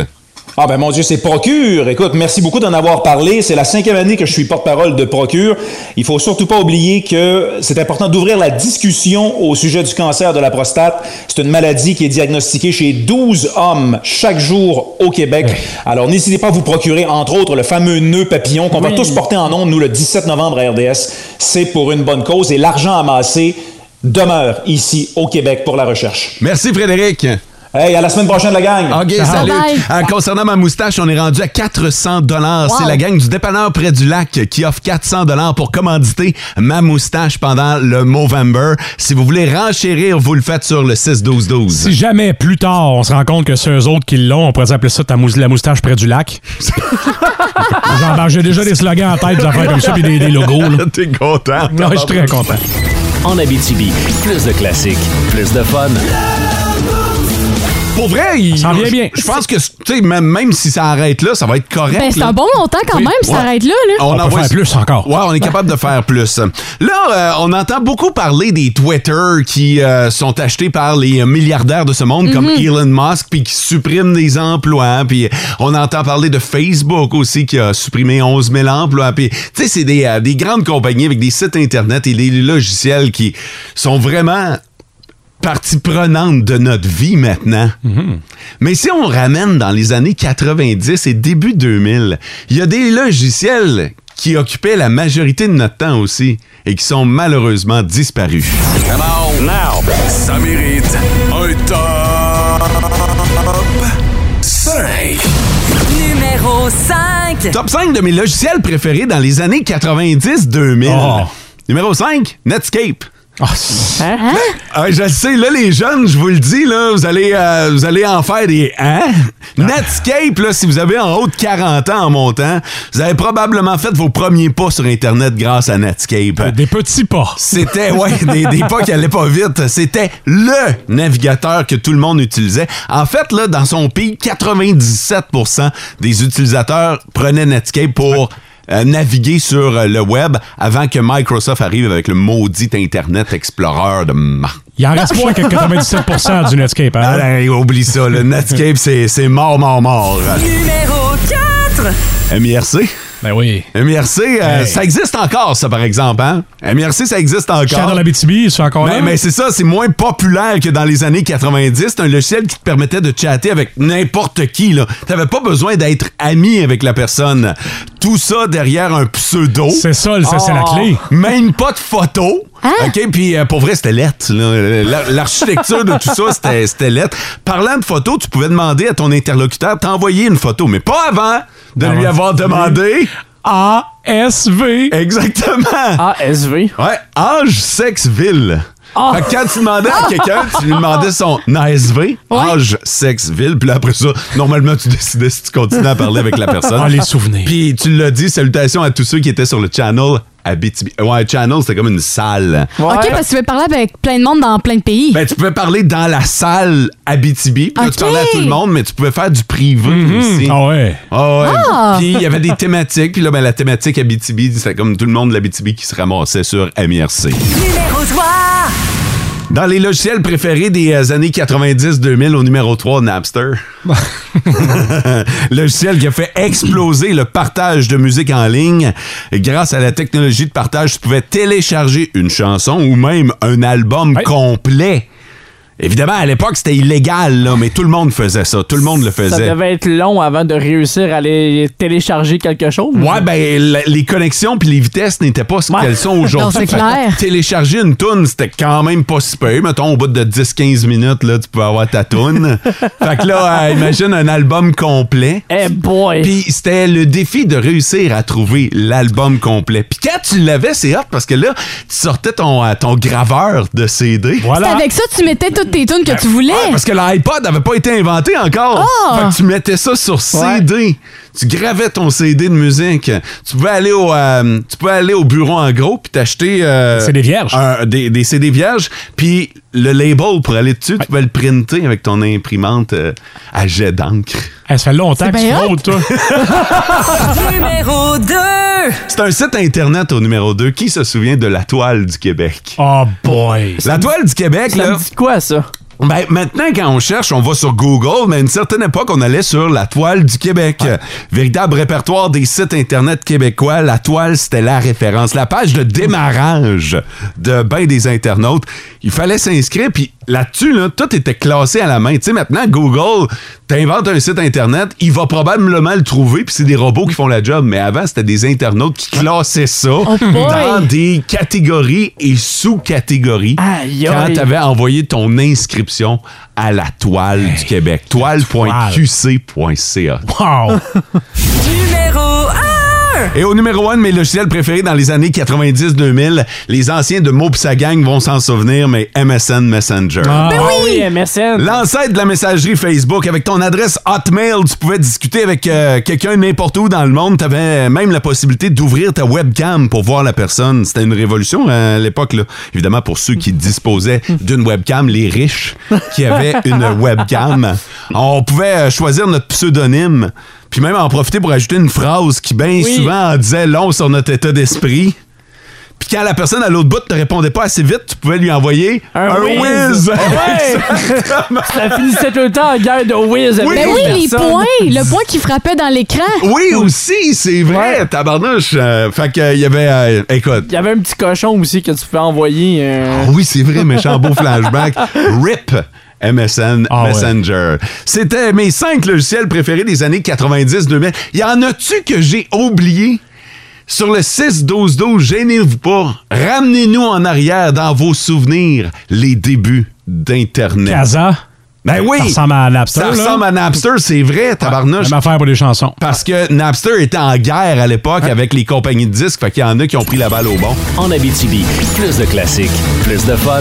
Ah ben mon Dieu, c'est Procure. Écoute, merci beaucoup d'en avoir parlé. C'est la cinquième année que je suis porte-parole de Procure. Il faut surtout pas oublier que c'est important d'ouvrir la discussion au sujet du cancer de la prostate. C'est une maladie qui est diagnostiquée chez 12 hommes chaque jour au Québec. Alors n'hésitez pas à vous procurer, entre autres, le fameux nœud papillon qu'on va tous porter en ondes, nous, le 17 novembre à RDS. C'est pour une bonne cause et l'argent amassé demeure ici au Québec pour la recherche. Merci Frédéric. Hey, à la semaine prochaine, la gang. OK, salut. Euh, concernant ma moustache, on est rendu à 400 dollars. C'est la gang du dépanneur près du lac qui offre 400 dollars pour commanditer ma moustache pendant le Movember. Si vous voulez renchérir, vous le faites sur le 6-12-12. Si jamais plus tard on se rend compte que c'est eux autres qui l'ont, on pourrait appeler ça ta mous- la moustache près du lac. Genre, ben, J'ai déjà des slogans en tête, des affaires comme ça, puis des, des logos. là. T'es content. Non, je suis très content. En Abitibi, plus de classiques, plus de fun. Pour vrai, il- Ça en vient bien. je pense que tu sais, même, même si ça arrête là, ça va être correct. Ben, c'est là. un bon montant quand Oui. même, ça Ouais. arrête là. là. en voit- encore. Ouais, on est capable de faire plus. Là, euh, on entend beaucoup parler des Twitter qui euh, sont achetés par les milliardaires de ce monde, comme Mhm. Elon Musk, puis qui suppriment des emplois. Puis on entend parler de Facebook aussi, qui a supprimé 11 000 emplois. Puis, tu sais, c'est des, euh, des grandes compagnies avec des sites Internet et des logiciels qui sont vraiment partie prenante de notre vie maintenant. Mais si on ramène dans les années 90 et début 2000, il y a des logiciels qui occupaient la majorité de notre temps aussi et qui sont malheureusement disparus. Come on now. Ça mérite un top 5. Numéro 5. Top 5 de mes logiciels préférés dans les années 90-2000. Numéro 5, Netscape. Ah, je le sais, là, les jeunes, je vous le dis, là, vous allez, euh, vous allez en faire des hein? Netscape, là, si vous avez en haut de 40 ans en montant, vous avez probablement fait vos premiers pas sur Internet grâce à Netscape. Des petits pas. C'était, ouais, des, des pas qui allaient pas vite. C'était le navigateur que tout le monde utilisait. En fait, là, dans son pays, 97 des utilisateurs prenaient Netscape pour euh, naviguer sur euh, le web avant que Microsoft arrive avec le maudit Internet Explorer de marque. Il en reste moins que 97 du Netscape. hein? Allez, oublie ça, le Netscape, c'est c'est mort, mort, mort. Numéro 4. MIRC? Ben oui. MIRC, euh, Hey. ça existe encore, ça, par exemple, hein? MIRC, ça existe encore. Chat dans la BTB, c'est encore Mais, là. mais Ben, c'est ça, c'est moins populaire que dans les années 90. C'est un logiciel qui te permettait de chatter avec n'importe qui. là. T'avais pas besoin d'être ami avec la personne. Tout ça derrière un pseudo. Oh! C'est ça, ça, c'est la clé. Même pas de photo. OK, puis euh, pour vrai, c'était lettre. là. La- L'architecture de tout ça, c'était- c'était lettre. Parlant de photos, tu pouvais demander à ton interlocuteur de t'envoyer une photo, mais pas avant de Ah lui avoir demandé... ASV. Exactement. ASV. Ouais, âge, sexe, ville. Ah. Fait que quand tu demandais à quelqu'un, tu lui demandais son ASV, âge, sexe, ville, puis là, après ça, normalement, tu décidais si tu continuais à parler avec la personne. Ah, les souvenirs. Puis tu l'as dit, salutations à tous ceux qui étaient sur le channel Abitibi. Ouais, channel, c'était comme une salle. OK, parce que tu veux parler avec plein de monde dans plein de pays. Ben, tu pouvais parler dans la salle Abitibi, puis là, tu Ok. parlais à tout le monde, mais tu pouvais faire du privé aussi. Ah ouais. Ah ouais. Ah! Puis il y avait des thématiques, puis là, ben, la thématique Abitibi, c'était comme tout le monde de l'Abitibi qui se ramassait sur MRC. Numéro 3. Dans les logiciels préférés des euh, années 90-2000 au numéro 3, Napster. logiciel qui a fait exploser le partage de musique en ligne. Grâce à la technologie de partage, tu pouvais télécharger une chanson ou même un album complet. Évidemment, à l'époque, c'était illégal, là, mais tout le monde faisait ça. Tout le monde le faisait. Ça devait être long avant de réussir à aller télécharger quelque chose. Ouais, ben, la- les connexions puis les vitesses n'étaient pas ce qu'elles sont aujourd'hui. Non, c'est Fait que clair. Télécharger une toune, c'était quand même pas si payé. Mettons, au bout de 10-15 minutes, là, tu pouvais avoir ta toune. fait que là, euh, imagine un album complet. Eh boy! Puis c'était le défi de réussir à trouver l'album complet. Puis quand tu l'avais, c'est hot parce que là, tu sortais ton, euh, ton graveur de CD. C'est avec ça tu mettais toutes tes tunes que tu voulais. Ben, Ouais, parce que l'iPod n'avait pas été inventé encore. Ah! Fait que tu mettais ça sur CD. Tu gravais ton CD de musique. Tu pouvais aller au, euh, tu pouvais aller au bureau en gros puis t'acheter. euh, CD vierge. un- des, des CD vierges. Puis le label pour aller dessus, tu pouvais le printer avec ton imprimante euh, à jet d'encre. ça fait longtemps que tu fraudes, toi. Numéro 2. C'est un site internet au numéro 2. Qui se souvient de la toile du Québec? Oh boy! La toile du Québec, Ça là. me dit quoi, ça? Ben, maintenant, quand on cherche, on va sur Google, mais à une certaine époque, on allait sur la toile du Québec. Euh, Véritable répertoire des sites Internet québécois, la toile, c'était la référence. La page de démarrage de ben des internautes. Il fallait s'inscrire, puis là-dessus, là, tout était classé à la main. Tu sais, maintenant, Google, t'inventes un site Internet, il va probablement le trouver, puis c'est des robots qui font la job. Mais avant, c'était des internautes qui classaient ça boy! dans des catégories et sous-catégories Aïe, quand aïe. tu avais envoyé ton inscription à la toile du Québec. toile.qc.ca. Wow! Numéro 1. Et au numéro 1 de mes logiciels préférés dans les années 90-2000, les anciens de Moe pis sa gang vont s'en souvenir, mais MSN Messenger. Ben Ah oui, MSN. Ben L'ancêtre de la messagerie Facebook, avec ton adresse Hotmail, tu pouvais discuter avec euh, quelqu'un n'importe où dans le monde. Tu avais même la possibilité d'ouvrir ta webcam pour voir la personne. C'était une révolution euh, à l'époque. là. Évidemment, pour ceux qui disposaient d'une webcam, les riches qui avaient une webcam, on pouvait euh, choisir notre pseudonyme, puis même en profiter pour ajouter une phrase qui bien Oui. souvent en disait long sur notre état d'esprit. Puis quand la personne à l'autre bout te répondait pas assez vite, tu pouvais lui envoyer un, whiz. Ouais. ça finissait tout le temps en guerre de whiz avec Mais l'autre Ben oui, les personne. points, le point qui frappait dans l'écran. Oui, aussi, c'est vrai, tabarnouche. Euh, fait que, euh, il y avait, euh, écoute, Il y avait un petit cochon aussi que tu pouvais envoyer. euh. oui, c'est vrai, méchant beau flashback. RIP. MSN Ah Messenger. C'était mes cinq logiciels préférés des années 90-2000. Y en a-tu que j'ai oublié? Sur le 6-12-12, gênez-vous pas. Ramenez-nous en arrière dans vos souvenirs les débuts d'Internet. Casa. Ben oui! Ça ressemble à Napster. Ça là. ressemble à Napster, c'est vrai, tabarnouche. Même affaire pour les chansons. Parce que Napster était en guerre à l'époque avec les compagnies de disques, fait qu'il y en a qui ont pris la balle au bon. En Abitibi, plus de classiques, plus de fun.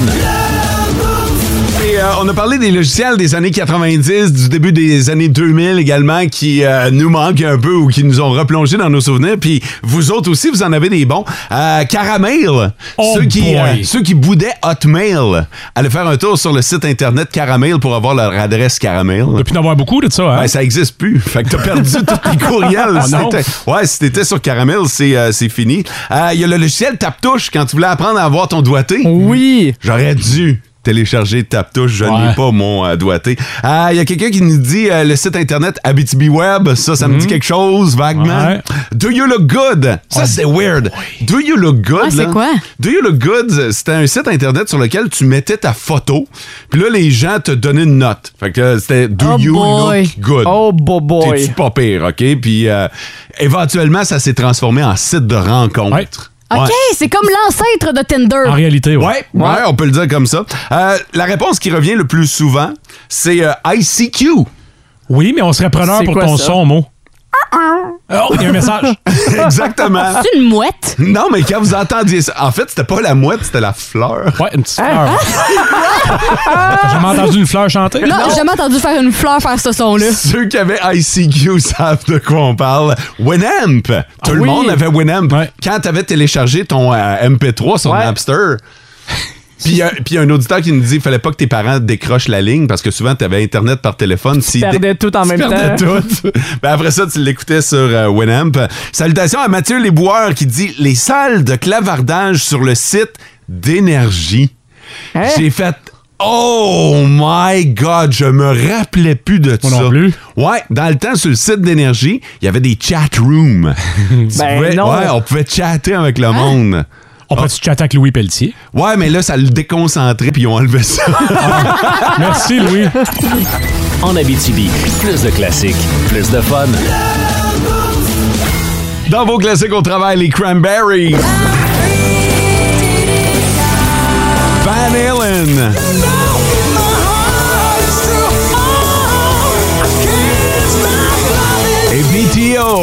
Et, euh, on a parlé des logiciels des années 90, du début des années 2000 également, qui euh, nous manquent un peu ou qui nous ont replongé dans nos souvenirs. Puis vous autres aussi, vous en avez des bons. Euh, Caramel, Oh ceux, qui, euh, boy. ceux qui boudaient Hotmail, allez faire un tour sur le site internet Caramel pour avoir leur adresse Caramel. Depuis d'en avoir beaucoup de ça, hein? Ben, ça existe plus. Fait que t'as perdu tous tes courriels. Ah Si non? t'étais- ouais, si t'étais sur Caramel, c'est euh, c'est fini. Euh, Il y a le logiciel Taptouche quand tu voulais apprendre à avoir ton doigté. Oui. J'aurais dû télécharger Taptouche. Je Ouais. n'ai pas mon euh, doigté. Euh, Il y a quelqu'un qui nous dit euh, le site internet Abitibi Web. Ça, ça Mhm. me dit quelque chose vaguement. Ouais. Do You Look Good. Ça, c'est weird. Do You Look Good. Ah, c'est là. quoi? Do You Look Good, c'était un site internet sur lequel tu mettais ta photo, puis là, les gens te donnaient une note. Fait que euh, c'était Do Oh You boy. Look Good. Oh, bo- boy. T'es-tu pas pire, OK? Puis euh, éventuellement, ça s'est transformé en site de rencontre. OK, Ouais. c'est comme l'ancêtre de Tinder. ouais. Ouais, on peut le dire comme ça. Euh, la réponse qui revient le plus souvent, c'est euh, ICQ. Oui, mais on serait preneur C'est pour quoi ton ça? son, mot. Oh, il y a un message. Exactement. C'est une mouette. Non, mais quand vous entendiez ça, en fait, c'était pas la mouette, c'était la fleur. Ouais, une petite fleur. T'as jamais entendu une fleur chanter? Non, j'ai jamais entendu faire une fleur faire ce son-là. Ceux qui avaient ICQ savent de quoi on parle. Winamp. Tout Ah le oui. monde avait Winamp. Quand tu avais téléchargé ton euh, MP3 sur Napster. Puis il y a- puis il y a un auditeur qui nous dit fallait pas que tes parents décrochent la ligne parce que souvent tu avais internet par téléphone tu perdais tout en même temps. tout. Ben, après ça tu l'écoutais sur euh, Winamp. Salutations à Mathieu Lesboueurs qui dit les salles de clavardage sur le site d'énergie. J'ai fait Oh my God, je me rappelais plus de ça. Ouais, dans le temps, sur le site d'énergie, il y avait des chat rooms. Tu Ben pouvais- non. Ouais, on pouvait chatter avec le monde. Hein? On peut chatter avec Louis Pelletier? Ouais, mais là, ça le déconcentrait puis ils ont enlevé ça. Merci, Louis. En Abitibi, plus de classiques, plus de fun. Dans vos classiques, on travaille les cranberries. Van Halen. Et BTO.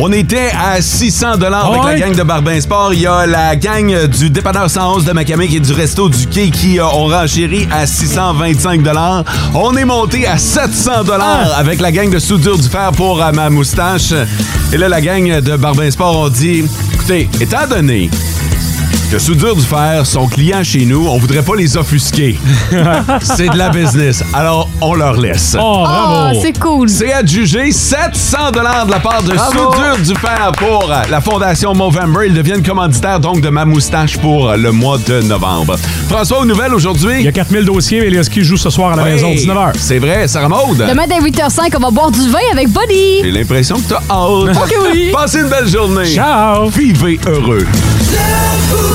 On était à 600 dollars avec la gang de Barbin Sport. Il y a la gang du dépanneur 111 de Macamic et du resto du Quai qui euh, ont renchéri à 625 dollars. On est monté à 700 dollars Ah. avec la gang de soudure du fer pour euh, ma moustache. Et là, la gang de Barbin Sport ont dit, écoutez, étant donné que soudure du fer sont clients chez nous, on voudrait pas les offusquer. C'est de la business. Alors, on leur laisse. Oh, bravo. Oh, c'est cool. C'est à juger 700 dollars de la part de Bravo. Soudure du Fer pour euh, la Fondation Movember. Ils deviennent commanditaires donc de ma moustache pour euh, le mois de novembre. François, aux nouvelles aujourd'hui. Il y a 4000 dossiers, mais Leski joue ce soir à la maison, 19h. C'est vrai, Sarah Maud. Demain dès 8h05, on va boire du vin avec Bonnie. J'ai l'impression que t'as hâte. Ok, oui. Passez une belle journée. Ciao. Vivez heureux.